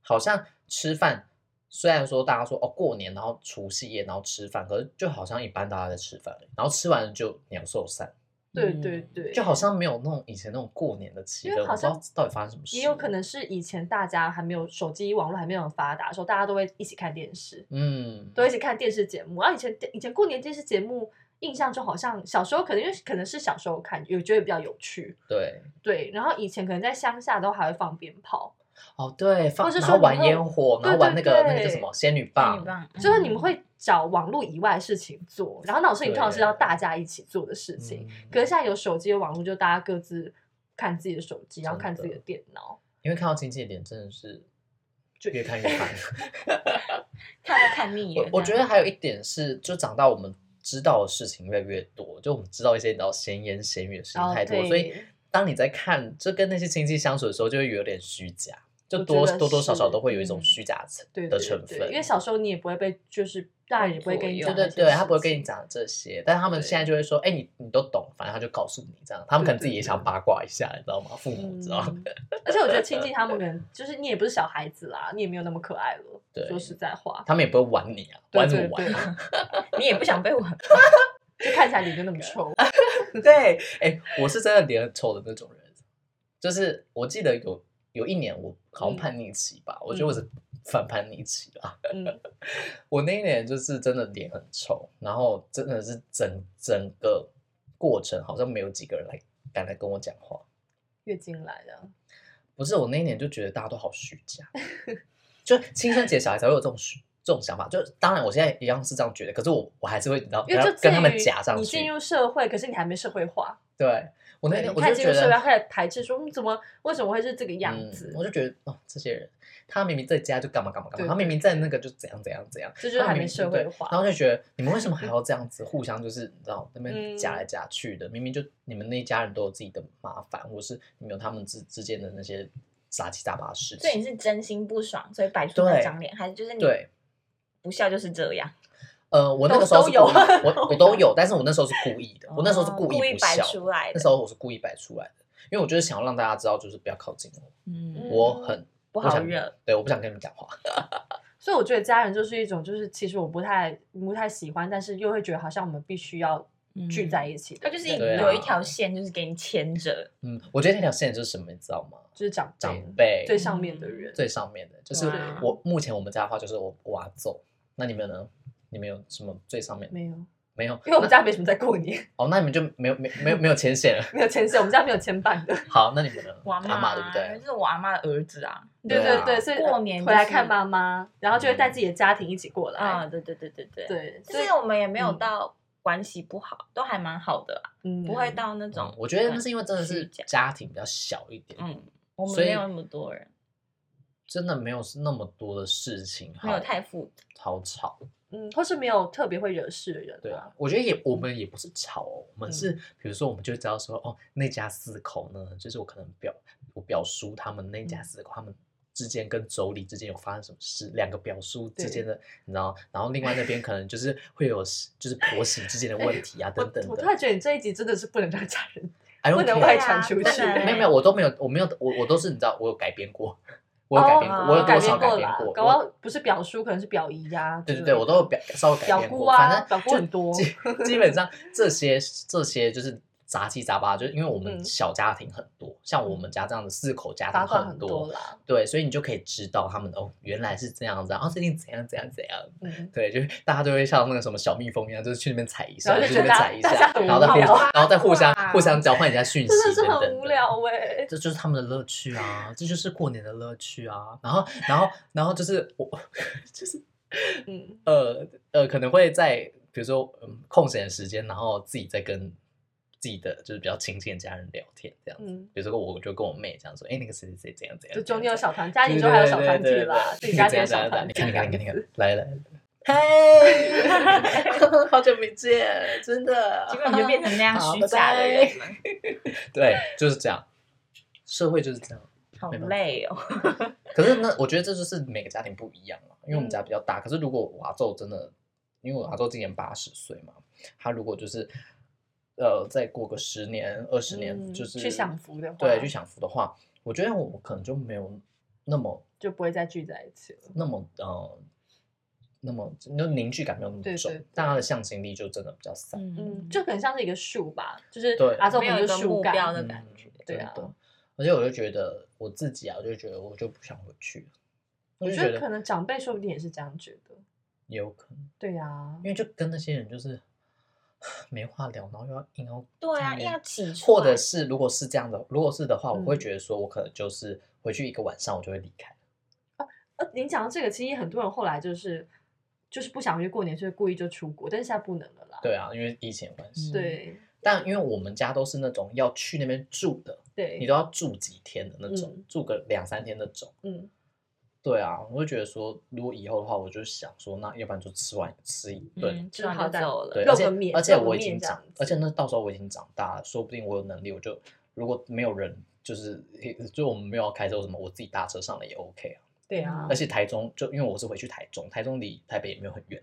Speaker 2: 好像吃饭，虽然说大家说哦过年，然后除夕夜，然后吃饭，可是就好像一般大家在吃饭，然后吃完了就鸟兽散，
Speaker 1: 对对对，
Speaker 2: 嗯就好像没有那种以前那种过年的气
Speaker 1: 因
Speaker 2: 氛，
Speaker 1: 为
Speaker 2: 我
Speaker 1: 好
Speaker 2: 不知道
Speaker 1: 像
Speaker 2: 到底发生什么事。
Speaker 1: 也有可，能是以前大家还没有手机、网络还没有很发达的时候，大家都会一起看电视，
Speaker 2: 嗯，
Speaker 1: 都会一起看电视节目。然后以前以前过年电视节目，印象中好像小时候可能因为可能是小时候看，有觉得比较有趣，
Speaker 2: 对，
Speaker 1: 对。然后以前可能在乡下都还会放鞭炮，
Speaker 2: 哦对，放
Speaker 1: 或是
Speaker 2: 然
Speaker 1: 说
Speaker 2: 后玩
Speaker 1: 你会
Speaker 2: 烟火，然后
Speaker 1: 对
Speaker 2: 玩那
Speaker 1: 对
Speaker 2: 个那个叫
Speaker 1: 对
Speaker 2: 什么仙女
Speaker 3: 女
Speaker 2: 棒，
Speaker 3: 棒，嗯
Speaker 1: 就是你们
Speaker 2: 嗯
Speaker 1: 会找网络以外的事情做，然后那种事情通常是要大家一起做的事情。
Speaker 2: 嗯
Speaker 1: 可是现在有手机有网络，就大家各自看自己的手机，然后看自己的电脑，
Speaker 2: 因为看到亲戚的脸真的是
Speaker 1: 就
Speaker 2: 越看越 烦。
Speaker 3: 看都看腻了
Speaker 2: 我我觉
Speaker 3: 这
Speaker 2: 得
Speaker 3: 样
Speaker 2: 还有一点是，就长大我们知道的事情越来越多，就我们知道一些比较闲言闲语的事
Speaker 1: 然
Speaker 2: 情
Speaker 1: 后
Speaker 2: 太多，
Speaker 1: 哦对
Speaker 2: 所以当你在看就跟那些亲戚相处的时候，就会有点虚假，就
Speaker 1: 我
Speaker 2: 多
Speaker 1: 觉得
Speaker 2: 多多少少
Speaker 1: 是
Speaker 2: 都会有一种
Speaker 3: 嗯
Speaker 2: 虚假成
Speaker 1: 对
Speaker 2: 的
Speaker 1: 对
Speaker 2: 成
Speaker 1: 对
Speaker 2: 分。
Speaker 1: 因为小时候你也不会被，就是大人也不会跟你
Speaker 2: 对
Speaker 1: 讲那
Speaker 2: 对
Speaker 1: 些事情，
Speaker 2: 对，他不会跟你讲这些，但是他们
Speaker 1: 对
Speaker 2: 现在就会说，哎，你你都懂，反正他就告诉你这样，他们可能自己也想八卦一下，你知道吗？父母知道，
Speaker 1: 嗯。而且我觉得亲戚他们可能就是你也不是小孩子啦，你也没有那么可爱了。
Speaker 2: 对
Speaker 1: 说实在话，
Speaker 2: 他们也不会玩你啊，
Speaker 1: 对
Speaker 2: 玩什么
Speaker 1: 对
Speaker 2: 玩
Speaker 1: 对
Speaker 2: 啊？，
Speaker 3: 你也不想被我，
Speaker 1: 就看起来脸就那么臭。
Speaker 2: 对，啊哎、我是真的脸很臭的那种人，就是我记得有有一年我好像叛逆期吧，我觉得我是反叛逆期啦。
Speaker 1: 嗯，
Speaker 2: 我那一年就是真的脸很臭，然后真的是整整个过程好像没有几个人来敢来跟我讲话。
Speaker 1: 月经来的，
Speaker 2: 不是我那一年就觉得大家都好虚 假，就青春期的小孩才会有这种虚这种想法。就当然我现在一样是这样觉得，可是我我还是会你知道
Speaker 1: 因为
Speaker 2: 跟
Speaker 1: 就
Speaker 2: 他跟他们
Speaker 1: 介于
Speaker 2: 夹上去。
Speaker 1: 你进入社会，可是你还没社会化。
Speaker 2: 对我那
Speaker 1: 对，
Speaker 2: 天
Speaker 1: 你
Speaker 2: 我
Speaker 1: 看
Speaker 2: 就
Speaker 1: 进
Speaker 2: 觉
Speaker 1: 入
Speaker 2: 得
Speaker 1: 社会，开始排斥说，嗯，怎么为什么会是这个样子
Speaker 2: 嗯？我就觉得哦，这些人他明明在家就干嘛干嘛干
Speaker 1: 对
Speaker 2: 嘛，他明明在那个就怎样怎样怎样，
Speaker 1: 这就是
Speaker 2: 他
Speaker 1: 还
Speaker 2: 嗯明
Speaker 1: 没
Speaker 2: 明
Speaker 1: 社
Speaker 2: 对
Speaker 1: 会化
Speaker 2: 然后就觉得你们为什么还要这样子互相就是你知道那边
Speaker 1: 嗯
Speaker 2: 夹来夹去的，明明就你们那一家人都有自己的麻烦，或是你们有他们之之间的那些杂七杂八的事
Speaker 3: 所以你
Speaker 2: 情。
Speaker 3: 是真心不爽，所以摆出那张脸，还是就是你
Speaker 2: 对，
Speaker 3: 不笑就是这样，
Speaker 2: 呃，我那
Speaker 1: 都
Speaker 2: 个时候
Speaker 1: 都
Speaker 2: 是
Speaker 1: 有
Speaker 2: 故意我我都有，但是我那时候是故意的，我那时候是
Speaker 3: 哦
Speaker 2: 故
Speaker 3: 故
Speaker 2: 意不
Speaker 3: 摆
Speaker 2: 笑，
Speaker 3: 出来的，
Speaker 2: 那时候我是故意摆出来的，因为我就是想要让大家知道，就是不要靠近我，
Speaker 3: 嗯
Speaker 1: 嗯
Speaker 2: 我很
Speaker 3: 不
Speaker 2: 我
Speaker 3: 好
Speaker 2: 想
Speaker 3: 惹，
Speaker 2: 对，我不想跟你们讲话。
Speaker 1: 所以我觉得家人就是一种，就是其实我不太不太喜欢，但是又会觉得好像我们必须要聚在一起的
Speaker 3: 嗯他
Speaker 1: 人。
Speaker 3: 就是
Speaker 2: 对啊
Speaker 3: 有一条线，就是给你牵着，
Speaker 2: 嗯，我觉得那条线就是什么，你知道吗？
Speaker 1: 就是长辈
Speaker 2: 长辈
Speaker 1: 最上面的人，
Speaker 2: 最上面的，就是
Speaker 1: 对
Speaker 3: 啊
Speaker 2: 我目前我们家的话就是我我阿揍，那你们呢？你们有什么最上面的？
Speaker 1: 没有，
Speaker 2: 没有，
Speaker 1: 因为我们
Speaker 2: 那
Speaker 1: 家没什么在过年，
Speaker 2: 哦，那你们就没有没没有没有牵线了。
Speaker 1: 没有牵线，我们家没有牵绊的。
Speaker 2: 好，那你们呢？
Speaker 3: 我阿
Speaker 2: 阿嬷对不
Speaker 3: 这
Speaker 2: 对？
Speaker 3: 是我阿妈的儿子啊，
Speaker 1: 对
Speaker 2: 对啊
Speaker 1: 对对，所以
Speaker 3: 过年
Speaker 1: 回来
Speaker 3: 就是
Speaker 1: 看妈妈，然后就会带自己的家庭一起过
Speaker 3: 啊，
Speaker 1: 来。
Speaker 3: 对对对对对，
Speaker 1: 对，所
Speaker 3: 就
Speaker 1: 以
Speaker 3: 是我们也没有
Speaker 1: 嗯
Speaker 3: 到关系不好，都还蛮好的啦，
Speaker 1: 嗯
Speaker 3: 不会到那种
Speaker 2: 嗯，，我觉得那是因为真的
Speaker 3: 虚
Speaker 2: 是
Speaker 3: 假
Speaker 2: 家庭比较小一点，
Speaker 3: 嗯，我们
Speaker 2: 所以
Speaker 3: 没有那么多人，
Speaker 2: 真的没有那么多的事情，
Speaker 3: 没有 太复杂，
Speaker 2: 好吵。
Speaker 1: 嗯，或是没有特别会惹事的人。
Speaker 2: 对啊，，我觉得也我们也不是吵哦，我们
Speaker 1: 嗯
Speaker 2: 是比如说我们就知道说哦，那家四口呢，就是我可能表我表叔他们那家
Speaker 1: 嗯
Speaker 2: 四口他们。之间跟妯娌之间有发生什么事？两个表叔之
Speaker 1: 对
Speaker 2: 间的，你知道？然后另外那边可能就是会有就是婆媳之间的问题啊，
Speaker 1: 我
Speaker 2: 等等
Speaker 1: 我突
Speaker 2: 的。
Speaker 1: 然觉得你这一集真的是不能让家人，
Speaker 2: I don't
Speaker 1: 不能
Speaker 2: care
Speaker 1: 外
Speaker 3: 啊
Speaker 1: 传出
Speaker 3: 不
Speaker 1: 去。
Speaker 2: 但
Speaker 3: 能
Speaker 2: 没有没有，我都没有，我没有，我我都是你知道，我有改编过，我有改编过，我有
Speaker 1: 哦改
Speaker 2: 多
Speaker 1: 编
Speaker 2: 少改
Speaker 1: 过
Speaker 2: 编
Speaker 1: 啦，
Speaker 2: 过？
Speaker 1: 搞不好不是表叔，可能是表姨呀。
Speaker 2: 对对
Speaker 1: 之
Speaker 2: 对，
Speaker 1: 类
Speaker 2: 我
Speaker 1: 的
Speaker 2: 都有表稍微
Speaker 1: 嗯
Speaker 2: 改
Speaker 1: 表
Speaker 2: 变
Speaker 1: 姑
Speaker 2: 过，
Speaker 1: 啊
Speaker 2: 反正
Speaker 1: 表姑
Speaker 2: 就
Speaker 1: 很多
Speaker 2: 基基本上这些这些就是杂七杂八，就是因为我们
Speaker 1: 嗯
Speaker 2: 小家庭很多，像我们家这样的四口家庭
Speaker 1: 八卦
Speaker 2: 很
Speaker 1: 很多啦。
Speaker 2: 对，所以你就可以知道他们哦，原来是这样子啊，然后最近怎样怎样怎样，
Speaker 1: 嗯，
Speaker 2: 对，就是大家都会像那个什么小蜜蜂一样，就是去那边采一下，
Speaker 1: 然后
Speaker 2: 就
Speaker 1: 就
Speaker 2: 去
Speaker 1: 觉
Speaker 2: 那
Speaker 1: 得
Speaker 2: 边
Speaker 1: 大
Speaker 2: 采一
Speaker 1: 大家，
Speaker 2: 下
Speaker 1: 很
Speaker 2: 然后再
Speaker 1: 无
Speaker 2: 互
Speaker 1: 聊
Speaker 2: 相，然后再互相
Speaker 3: 啊
Speaker 2: 互相交换一下讯息，
Speaker 1: 真的是
Speaker 2: 等
Speaker 1: 很
Speaker 2: 等
Speaker 1: 无
Speaker 2: 的
Speaker 1: 聊哎。
Speaker 2: 这就是他们的乐趣啊，这就是过年的乐趣啊。然后，然后，然后就是我，就是
Speaker 1: 嗯，
Speaker 2: 呃呃，可能会在比如说嗯空闲的时间，然后自己再跟自己的就是比较亲近的家人聊天这样子。
Speaker 1: 嗯
Speaker 2: 比如说我就跟我妹这样说，哎、那个谁谁谁怎样怎样，
Speaker 1: 就中
Speaker 2: 怎
Speaker 1: 间有
Speaker 2: 样
Speaker 1: 小团，家
Speaker 2: 怎
Speaker 1: 庭
Speaker 2: 样
Speaker 1: 中还有小
Speaker 2: 对
Speaker 1: 团
Speaker 2: 对
Speaker 1: 体
Speaker 2: 对
Speaker 1: 啦，
Speaker 2: 对
Speaker 1: 自己家
Speaker 2: 怎
Speaker 1: 庭有
Speaker 2: 样
Speaker 1: 小
Speaker 2: 怎样
Speaker 1: 团体。
Speaker 2: 怎样你看你看你
Speaker 1: 这样
Speaker 2: 看你看，来来。嗨，好久没见，真的。
Speaker 3: 结果你就变成那样
Speaker 2: 好
Speaker 3: 虚
Speaker 2: 拜
Speaker 3: 假的
Speaker 2: 拜
Speaker 3: 人 了，
Speaker 2: 对，就是这样，社会就是这样。
Speaker 3: 好
Speaker 2: 没办法
Speaker 3: 累哦。
Speaker 2: 可是那我觉得这就是每个家庭不一样嘛，因为我们
Speaker 1: 嗯
Speaker 2: 家比较大。可是如果我阿昼真的，因为我阿昼今年八十岁嘛，他如果就是呃再过个十年二十年，
Speaker 1: 嗯
Speaker 2: 就是
Speaker 1: 去享福的话
Speaker 2: 对，去享福的话，我觉得我可能就没有那么
Speaker 1: 就不会再聚在一起了。
Speaker 2: 那么呃，那么那凝聚感没有那么
Speaker 1: 对对
Speaker 2: 重
Speaker 1: 对，
Speaker 2: 但它的象形力就真的比较散。
Speaker 1: 嗯，
Speaker 3: 嗯，
Speaker 1: 就很像是一个树吧，就是
Speaker 2: 对
Speaker 1: 阿宗
Speaker 3: 没有
Speaker 1: 就
Speaker 3: 一
Speaker 1: 是
Speaker 3: 个
Speaker 1: 树
Speaker 3: 目
Speaker 1: 干，
Speaker 3: 标的
Speaker 2: 嗯
Speaker 3: 感觉。
Speaker 1: 对啊
Speaker 2: 真的而且我就觉得我自己啊，我就觉得我就不想回去了，我
Speaker 1: 我
Speaker 2: 就
Speaker 1: 觉
Speaker 2: 觉
Speaker 1: 得可
Speaker 2: 得
Speaker 1: 能长辈说不定也是这样觉得。
Speaker 2: 也有可能，
Speaker 1: 对呀、啊
Speaker 2: 因，为就跟那些人就是 没话聊，然后又要硬要
Speaker 3: 对
Speaker 2: 在
Speaker 3: 啊，
Speaker 2: 那
Speaker 3: 硬
Speaker 2: 边
Speaker 3: 要挤出
Speaker 2: 或者
Speaker 3: 来
Speaker 2: 是如果是这样的，如果是的话，我会
Speaker 1: 嗯
Speaker 2: 觉得说我可能就是回去一个晚上我就会离开。
Speaker 1: 呃，您讲到这个，其实很多人后来就是就是不想回去过年，所以故意就出国，但是现在不能了啦。
Speaker 2: 对啊，因为疫情的关系。
Speaker 3: 嗯
Speaker 1: 对
Speaker 2: 但因为我们家都是那种要去那边住的，
Speaker 1: 对，
Speaker 2: 你都要住几天的那种，
Speaker 1: 嗯
Speaker 2: 住个两三天那种。
Speaker 1: 嗯，
Speaker 2: 对啊，我会觉得说，如果以后的话，我就想说，那要不然就吃完吃一顿。
Speaker 3: 嗯，
Speaker 1: 就
Speaker 3: 只
Speaker 1: 好
Speaker 3: 好
Speaker 1: 在
Speaker 3: 走
Speaker 2: 对，
Speaker 3: 了。
Speaker 1: 肉
Speaker 2: 而且
Speaker 1: 个面
Speaker 2: 而且
Speaker 1: 肉个
Speaker 2: 我已
Speaker 1: 面
Speaker 2: 经
Speaker 1: 这样
Speaker 2: 长，而且
Speaker 1: 子
Speaker 2: 那到时候我已经长大了，说不定我有能力，我就如果没有人，就是就我们没有要开车或什么，我自己搭车上来也 OK 啊。
Speaker 1: 对啊
Speaker 2: 而。且台中就因为我是回去台中，台中离台北也没有很远。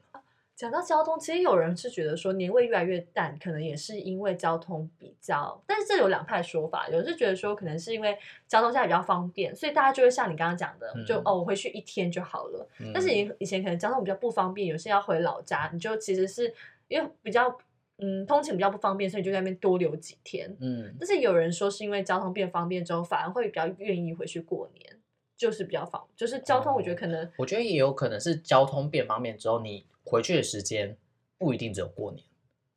Speaker 1: 讲到交通，其实有人是觉得说年味越来越淡，可能也是因为交通比较，但是这有两派说法，有人是觉得说可能是因为交通现在比较方便，所以大家就会像你刚刚讲的，就
Speaker 2: 嗯
Speaker 1: 哦我回去一天就好了。
Speaker 2: 嗯
Speaker 1: 但是你以前可能交通比较不方便，有些要回老家，你就其实是因为比较嗯通勤比较不方便，所以你就在那边多留几天。
Speaker 2: 嗯，
Speaker 1: 但是有人说是因为交通变方便之后，反而会比较愿意回去过年，就是比较方，就是交通我觉得可能、
Speaker 2: 我觉得也有可能是交通变方便之后，你回去的时间不一定只有过年，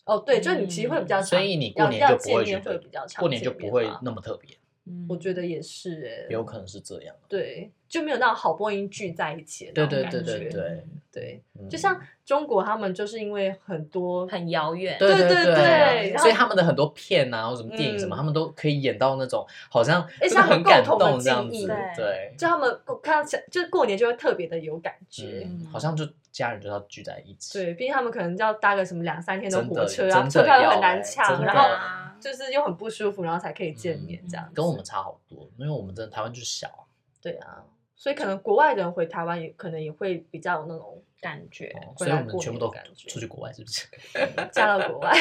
Speaker 1: 哦对，就是你其实会比较常，
Speaker 2: 嗯所以你过年
Speaker 1: 要
Speaker 2: 就
Speaker 1: 要
Speaker 2: 不
Speaker 1: 见
Speaker 2: 会觉
Speaker 1: 面会
Speaker 2: 得
Speaker 1: 比较常，
Speaker 2: 过年就不会那么特别，
Speaker 3: 嗯
Speaker 1: 我觉得也是哎、
Speaker 2: 有可能是这样。
Speaker 1: 对，就没有那种好不容易聚在一起的
Speaker 2: 对
Speaker 1: 那种
Speaker 2: 对
Speaker 1: 感觉，
Speaker 2: 对对对，
Speaker 1: 对
Speaker 2: 嗯
Speaker 1: 就像中国他们就是因为很多
Speaker 3: 很遥远。
Speaker 2: 对
Speaker 1: 对对
Speaker 2: 对
Speaker 1: 对然后
Speaker 2: 所以他们的很多片啊，或什么电影什么，
Speaker 1: 嗯
Speaker 2: 他们都可以演到那种好像
Speaker 1: 而且
Speaker 2: 真的
Speaker 1: 他们
Speaker 2: 很感
Speaker 1: 共同的
Speaker 2: 动这样
Speaker 1: 记忆
Speaker 2: 子，对，
Speaker 1: 就他们过看到小就是过年就会特别的有感觉。
Speaker 2: 嗯
Speaker 3: 嗯
Speaker 2: 好像就家人就要聚在一起，
Speaker 1: 对，毕竟他们可能要搭个什么两三天的
Speaker 2: 真
Speaker 1: 火
Speaker 2: 的
Speaker 1: 车啊，
Speaker 2: 真
Speaker 1: 车
Speaker 2: 的
Speaker 1: 票又很
Speaker 2: 要
Speaker 1: 难
Speaker 2: 欸
Speaker 1: 抢，
Speaker 2: 真
Speaker 1: 然
Speaker 2: 的
Speaker 1: 后
Speaker 3: 啊，
Speaker 1: 就是又很不舒服，然后才可以见面这样子。
Speaker 2: 跟我们差好多，因为我们真的台湾就是小啊，
Speaker 1: 对啊，所以可能国外人回台湾也可能也会比较有那 种
Speaker 3: 感觉
Speaker 2: 哦
Speaker 1: 回
Speaker 2: 所以
Speaker 1: 来
Speaker 2: 我们
Speaker 1: 过
Speaker 2: 全部
Speaker 1: 年的
Speaker 2: 都
Speaker 1: 感觉
Speaker 2: 出去国外，是不 是？
Speaker 1: 嫁到国外。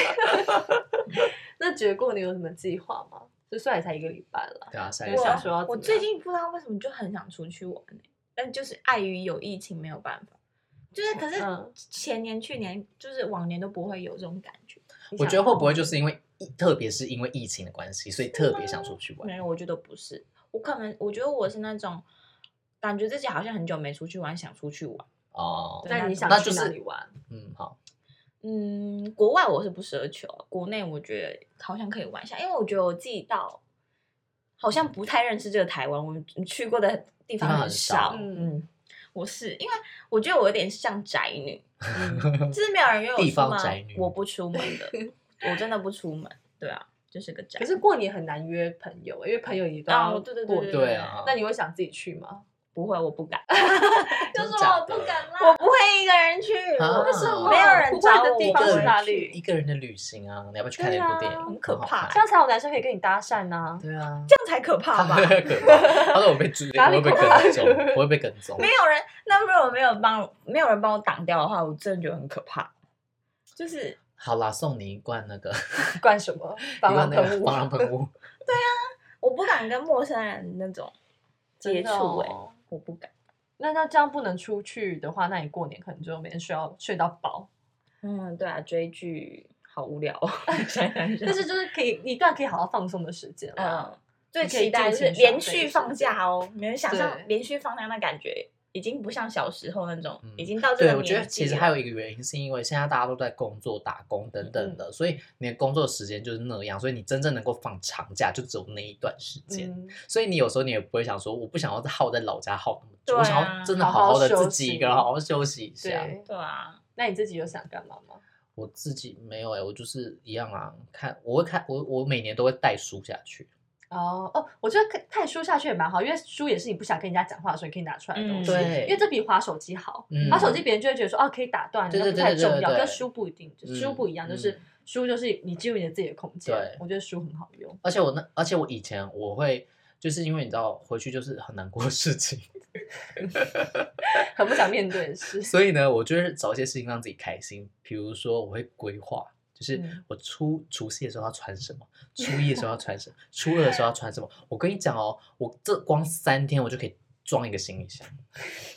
Speaker 1: 那觉得过年有什么计划吗？就算也才一个礼拜了，
Speaker 2: 对啊，下一
Speaker 1: 就
Speaker 2: 个
Speaker 1: 想
Speaker 2: 想
Speaker 1: 说要怎
Speaker 3: 我
Speaker 1: 么
Speaker 3: 最
Speaker 1: 样
Speaker 3: 近不知道为什么就很想出去玩、欸，但就是碍于有疫情没有办法。就是可是
Speaker 1: 嗯
Speaker 3: 前年、去年就是往年都不会有这种感觉，
Speaker 1: 你
Speaker 2: 我
Speaker 1: 想
Speaker 2: 觉得会不会就是因为疫，特别是因为疫情的关系，所以特别想出去
Speaker 3: 没
Speaker 2: 玩？
Speaker 3: 有，我觉得不是。我可能我觉得我是那种感觉自己好像很久没出去玩，想出去玩。
Speaker 2: 哦，
Speaker 1: 那你想
Speaker 2: 那
Speaker 1: 去
Speaker 2: 就是
Speaker 1: 哪里 玩？
Speaker 2: 嗯，好，
Speaker 3: 嗯，国外我是不奢求，啊国内我觉得好像可以玩一下，因为我觉得我自己到好像不太认识这个台湾，我去过的
Speaker 2: 地
Speaker 3: 地方
Speaker 2: 方
Speaker 3: 很
Speaker 2: 很少
Speaker 3: 少。嗯，我是因为我觉得我有点像宅女，
Speaker 1: 嗯
Speaker 3: 就是没有人约我
Speaker 2: 地
Speaker 3: 出
Speaker 2: 方
Speaker 3: 门
Speaker 2: 宅女
Speaker 3: 我不出门 的，我真的不出门。对啊，就是个宅
Speaker 1: 可。是过年很难约朋友，欸因为朋友也都要
Speaker 3: 哦，
Speaker 1: 过
Speaker 3: 对对对对
Speaker 2: 对啊
Speaker 1: 那你会想自己去吗？
Speaker 3: 不会，我不 敢，
Speaker 2: 真
Speaker 1: 是
Speaker 2: 的假
Speaker 1: 我不
Speaker 2: 的
Speaker 1: 敢啦
Speaker 3: 我不会一个人去，
Speaker 2: 啊
Speaker 3: 我
Speaker 2: 为什么
Speaker 3: 没有人
Speaker 1: 不
Speaker 3: 找
Speaker 1: 会的
Speaker 3: 我
Speaker 1: 地
Speaker 2: 一
Speaker 1: 方
Speaker 2: 个
Speaker 1: 是
Speaker 2: 人
Speaker 1: 哪
Speaker 2: 去
Speaker 1: 里
Speaker 2: 一个人的旅行啊，你要不要去看
Speaker 1: 对
Speaker 2: 那部
Speaker 1: 啊
Speaker 2: 电影？
Speaker 3: 很可
Speaker 2: 好
Speaker 3: 怕
Speaker 2: 看
Speaker 1: 这样才有男生可以跟你搭讪呐。
Speaker 2: 对啊，
Speaker 3: 这样才可 怕吧？
Speaker 2: 很可怕。他说我被追，
Speaker 1: 哪里
Speaker 2: 我会被
Speaker 1: 可怕
Speaker 2: 跟踪，我会被跟踪。
Speaker 3: 没有人，那如果没有帮我，没有人帮我挡掉的话，我真的觉得很可怕。就是
Speaker 2: 好啦，送你一罐那个
Speaker 1: 灌什 么
Speaker 2: 一
Speaker 1: 防狼
Speaker 2: 罐那
Speaker 1: 喷
Speaker 2: 个
Speaker 1: 雾？
Speaker 2: 防 狼喷雾。
Speaker 3: 我不敢跟陌生人那种接
Speaker 1: 真的
Speaker 3: 触、
Speaker 1: 哦
Speaker 3: 欸，我不敢。
Speaker 1: 那那这样不能出去的话，那你过年可能就每天睡到睡到饱。
Speaker 3: 嗯，对啊，追剧好无聊、 哦，想想想
Speaker 1: 但是就是可以一段可以好好放松的时间了。
Speaker 3: 嗯，最
Speaker 1: 你可以
Speaker 3: 期待就
Speaker 1: 尽
Speaker 3: 是
Speaker 1: 情
Speaker 3: 连
Speaker 1: 享受
Speaker 3: 续
Speaker 1: 一
Speaker 3: 放
Speaker 1: 次
Speaker 3: 假哦，你能想象
Speaker 1: 对
Speaker 3: 连续放假那感觉，已经不像小时候那种，
Speaker 2: 嗯
Speaker 3: 已经到这
Speaker 2: 对，
Speaker 3: 个
Speaker 2: 我觉得
Speaker 3: 年纪
Speaker 2: 其
Speaker 3: 了。
Speaker 1: 啊
Speaker 2: 实还有一个原因，是因为现在大家都在工作、打工等等
Speaker 1: 嗯
Speaker 2: 的，所以你的工作时间就是那样，所以你真正能够放长假就只有那一段时间。
Speaker 1: 嗯，啊
Speaker 2: 所以你有时候你也不会想说，我不想要耗在老家耗那么久，
Speaker 3: 对啊
Speaker 2: 我想要真的
Speaker 1: 好好
Speaker 2: 好的
Speaker 1: 休
Speaker 2: 自己一个人
Speaker 1: 息
Speaker 2: 好好休息一下。
Speaker 1: 对。
Speaker 3: 对啊，
Speaker 1: 那你自己有想干嘛吗？
Speaker 2: 我自己没有哎、我就是一样啊，看我会看我我每年都会带书下去，
Speaker 1: 哦哦，我觉得看看书下去也蛮好，因为书也是你不想跟人家讲话的时候你可以拿出来的东西，
Speaker 3: 嗯
Speaker 2: 对
Speaker 1: 因为这比划手机好。
Speaker 2: 嗯
Speaker 1: 划手机别人就会觉得说哦可以打断，
Speaker 2: 对
Speaker 1: 那
Speaker 2: 对
Speaker 1: 不
Speaker 2: 对
Speaker 1: 太
Speaker 2: 对
Speaker 1: 重
Speaker 2: 对
Speaker 1: 要，
Speaker 2: 对
Speaker 1: 跟书不一定，就书
Speaker 2: 嗯
Speaker 1: 不一样，就是
Speaker 2: 嗯
Speaker 1: 书就是你进入你的自己的空间
Speaker 2: 对。
Speaker 1: 我觉得书很好用，
Speaker 2: 而且我那，而且我以前我会，就是因为你知道回去就是很难过的事情，
Speaker 1: 很不想面对的 事。
Speaker 2: 所以呢，我就是找一些事情让自己开心，比如说我会规划。就是
Speaker 1: 嗯
Speaker 2: 我初除夕的时候要穿什么，初一的时候要穿什么，初二的时候要穿什么。我跟你讲哦，我这光三天我就可以装一个行李箱。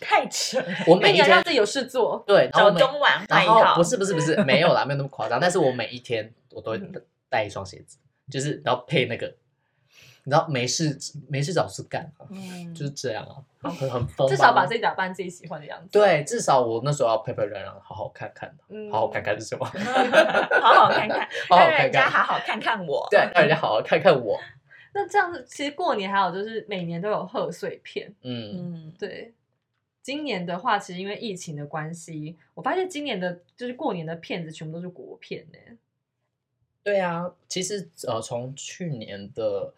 Speaker 3: 太扯了，
Speaker 2: 我
Speaker 1: 那
Speaker 2: 每
Speaker 1: 你
Speaker 2: 一
Speaker 1: 要让
Speaker 2: 天
Speaker 1: 自己有事做，
Speaker 2: 对，然后
Speaker 3: 早
Speaker 2: 每
Speaker 3: 中晚换
Speaker 2: 然
Speaker 3: 一
Speaker 2: 后
Speaker 3: 套
Speaker 2: 不，是不是不是没有啦，没有那么夸张，但是我每一天我都会
Speaker 1: 嗯
Speaker 2: 带一双鞋子，就是然后配那个，你知道没事没事找事干啊，
Speaker 3: 嗯
Speaker 2: 就是这样啊，很很疯吧，
Speaker 1: 哦至少把自己打扮自己喜欢的样子。
Speaker 2: 对，至少我那时候要配配软软，啊好好看看，
Speaker 1: 嗯
Speaker 2: 好好看看是什么？
Speaker 3: 好好看看，
Speaker 2: 好好
Speaker 3: 让
Speaker 2: 看
Speaker 3: 人家
Speaker 2: 看，
Speaker 3: 好好看看我。
Speaker 2: 对，让人家好好看看我，
Speaker 1: 那这样子，其实过年还有就是每年都有贺岁片，
Speaker 2: 嗯，
Speaker 3: 嗯，
Speaker 1: 对。今年的话，其实因为疫情的关系，我发现今年的就是过年的片子全部都是国片呢、
Speaker 2: 对啊，其实呃，从去年的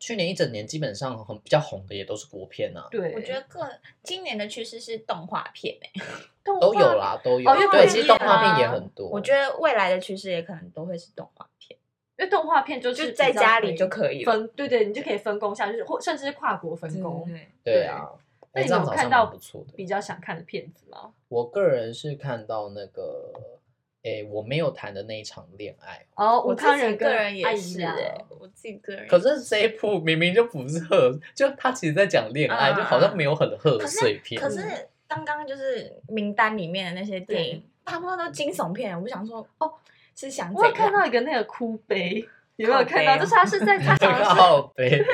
Speaker 2: 去年一整年，基本上很比较红的也都是国片啊，
Speaker 1: 对，
Speaker 3: 我觉得个今年的趋势是动画片欸诶、
Speaker 1: 动
Speaker 2: 都
Speaker 1: 画
Speaker 2: 有啦，都有
Speaker 1: 哦因为，国
Speaker 2: 对，其实动
Speaker 1: 片
Speaker 2: 画片也
Speaker 1: 啊
Speaker 2: 很多，
Speaker 3: 我觉得未来的趋势也可能都会是动画片，
Speaker 1: 因为动画片就是
Speaker 3: 就
Speaker 1: 比
Speaker 3: 在
Speaker 1: 较
Speaker 3: 家
Speaker 1: 可
Speaker 3: 里
Speaker 1: 以
Speaker 3: 就可以了。
Speaker 1: 分，对对，你就可以分工下，就是或甚至是跨国分工，
Speaker 3: 对
Speaker 2: 对啊。
Speaker 1: 那
Speaker 2: 哎
Speaker 1: 你
Speaker 2: 这样
Speaker 1: 有
Speaker 2: 好
Speaker 1: 看
Speaker 2: 像
Speaker 1: 到
Speaker 2: 蛮不错的。
Speaker 1: 比较想看的片子吗？
Speaker 2: 我个人是看到那个，哎，我没有谈的那一场恋爱，
Speaker 1: 哦，
Speaker 3: 我
Speaker 1: 武
Speaker 3: 自
Speaker 1: 康
Speaker 3: 己
Speaker 1: 人跟
Speaker 3: 个人
Speaker 1: 艾
Speaker 3: 也
Speaker 1: 怡
Speaker 3: 是
Speaker 2: 啊
Speaker 1: 良
Speaker 3: 哎、我自己个人也
Speaker 2: 可是这一部明明就不是贺，就他其实在讲恋爱，
Speaker 3: 嗯
Speaker 2: 就好像没有很贺岁片。
Speaker 3: 可是刚刚就是名单里面的那些电影，大部分都惊悚片，我想说哦，是想
Speaker 1: 我有
Speaker 3: 怎
Speaker 1: 看
Speaker 3: 样？
Speaker 1: 到一个那个哭悲，有没有
Speaker 3: 靠
Speaker 1: 看
Speaker 3: 背
Speaker 1: 到？
Speaker 3: 哦
Speaker 1: 就是他是 在他好像是
Speaker 2: 好悲，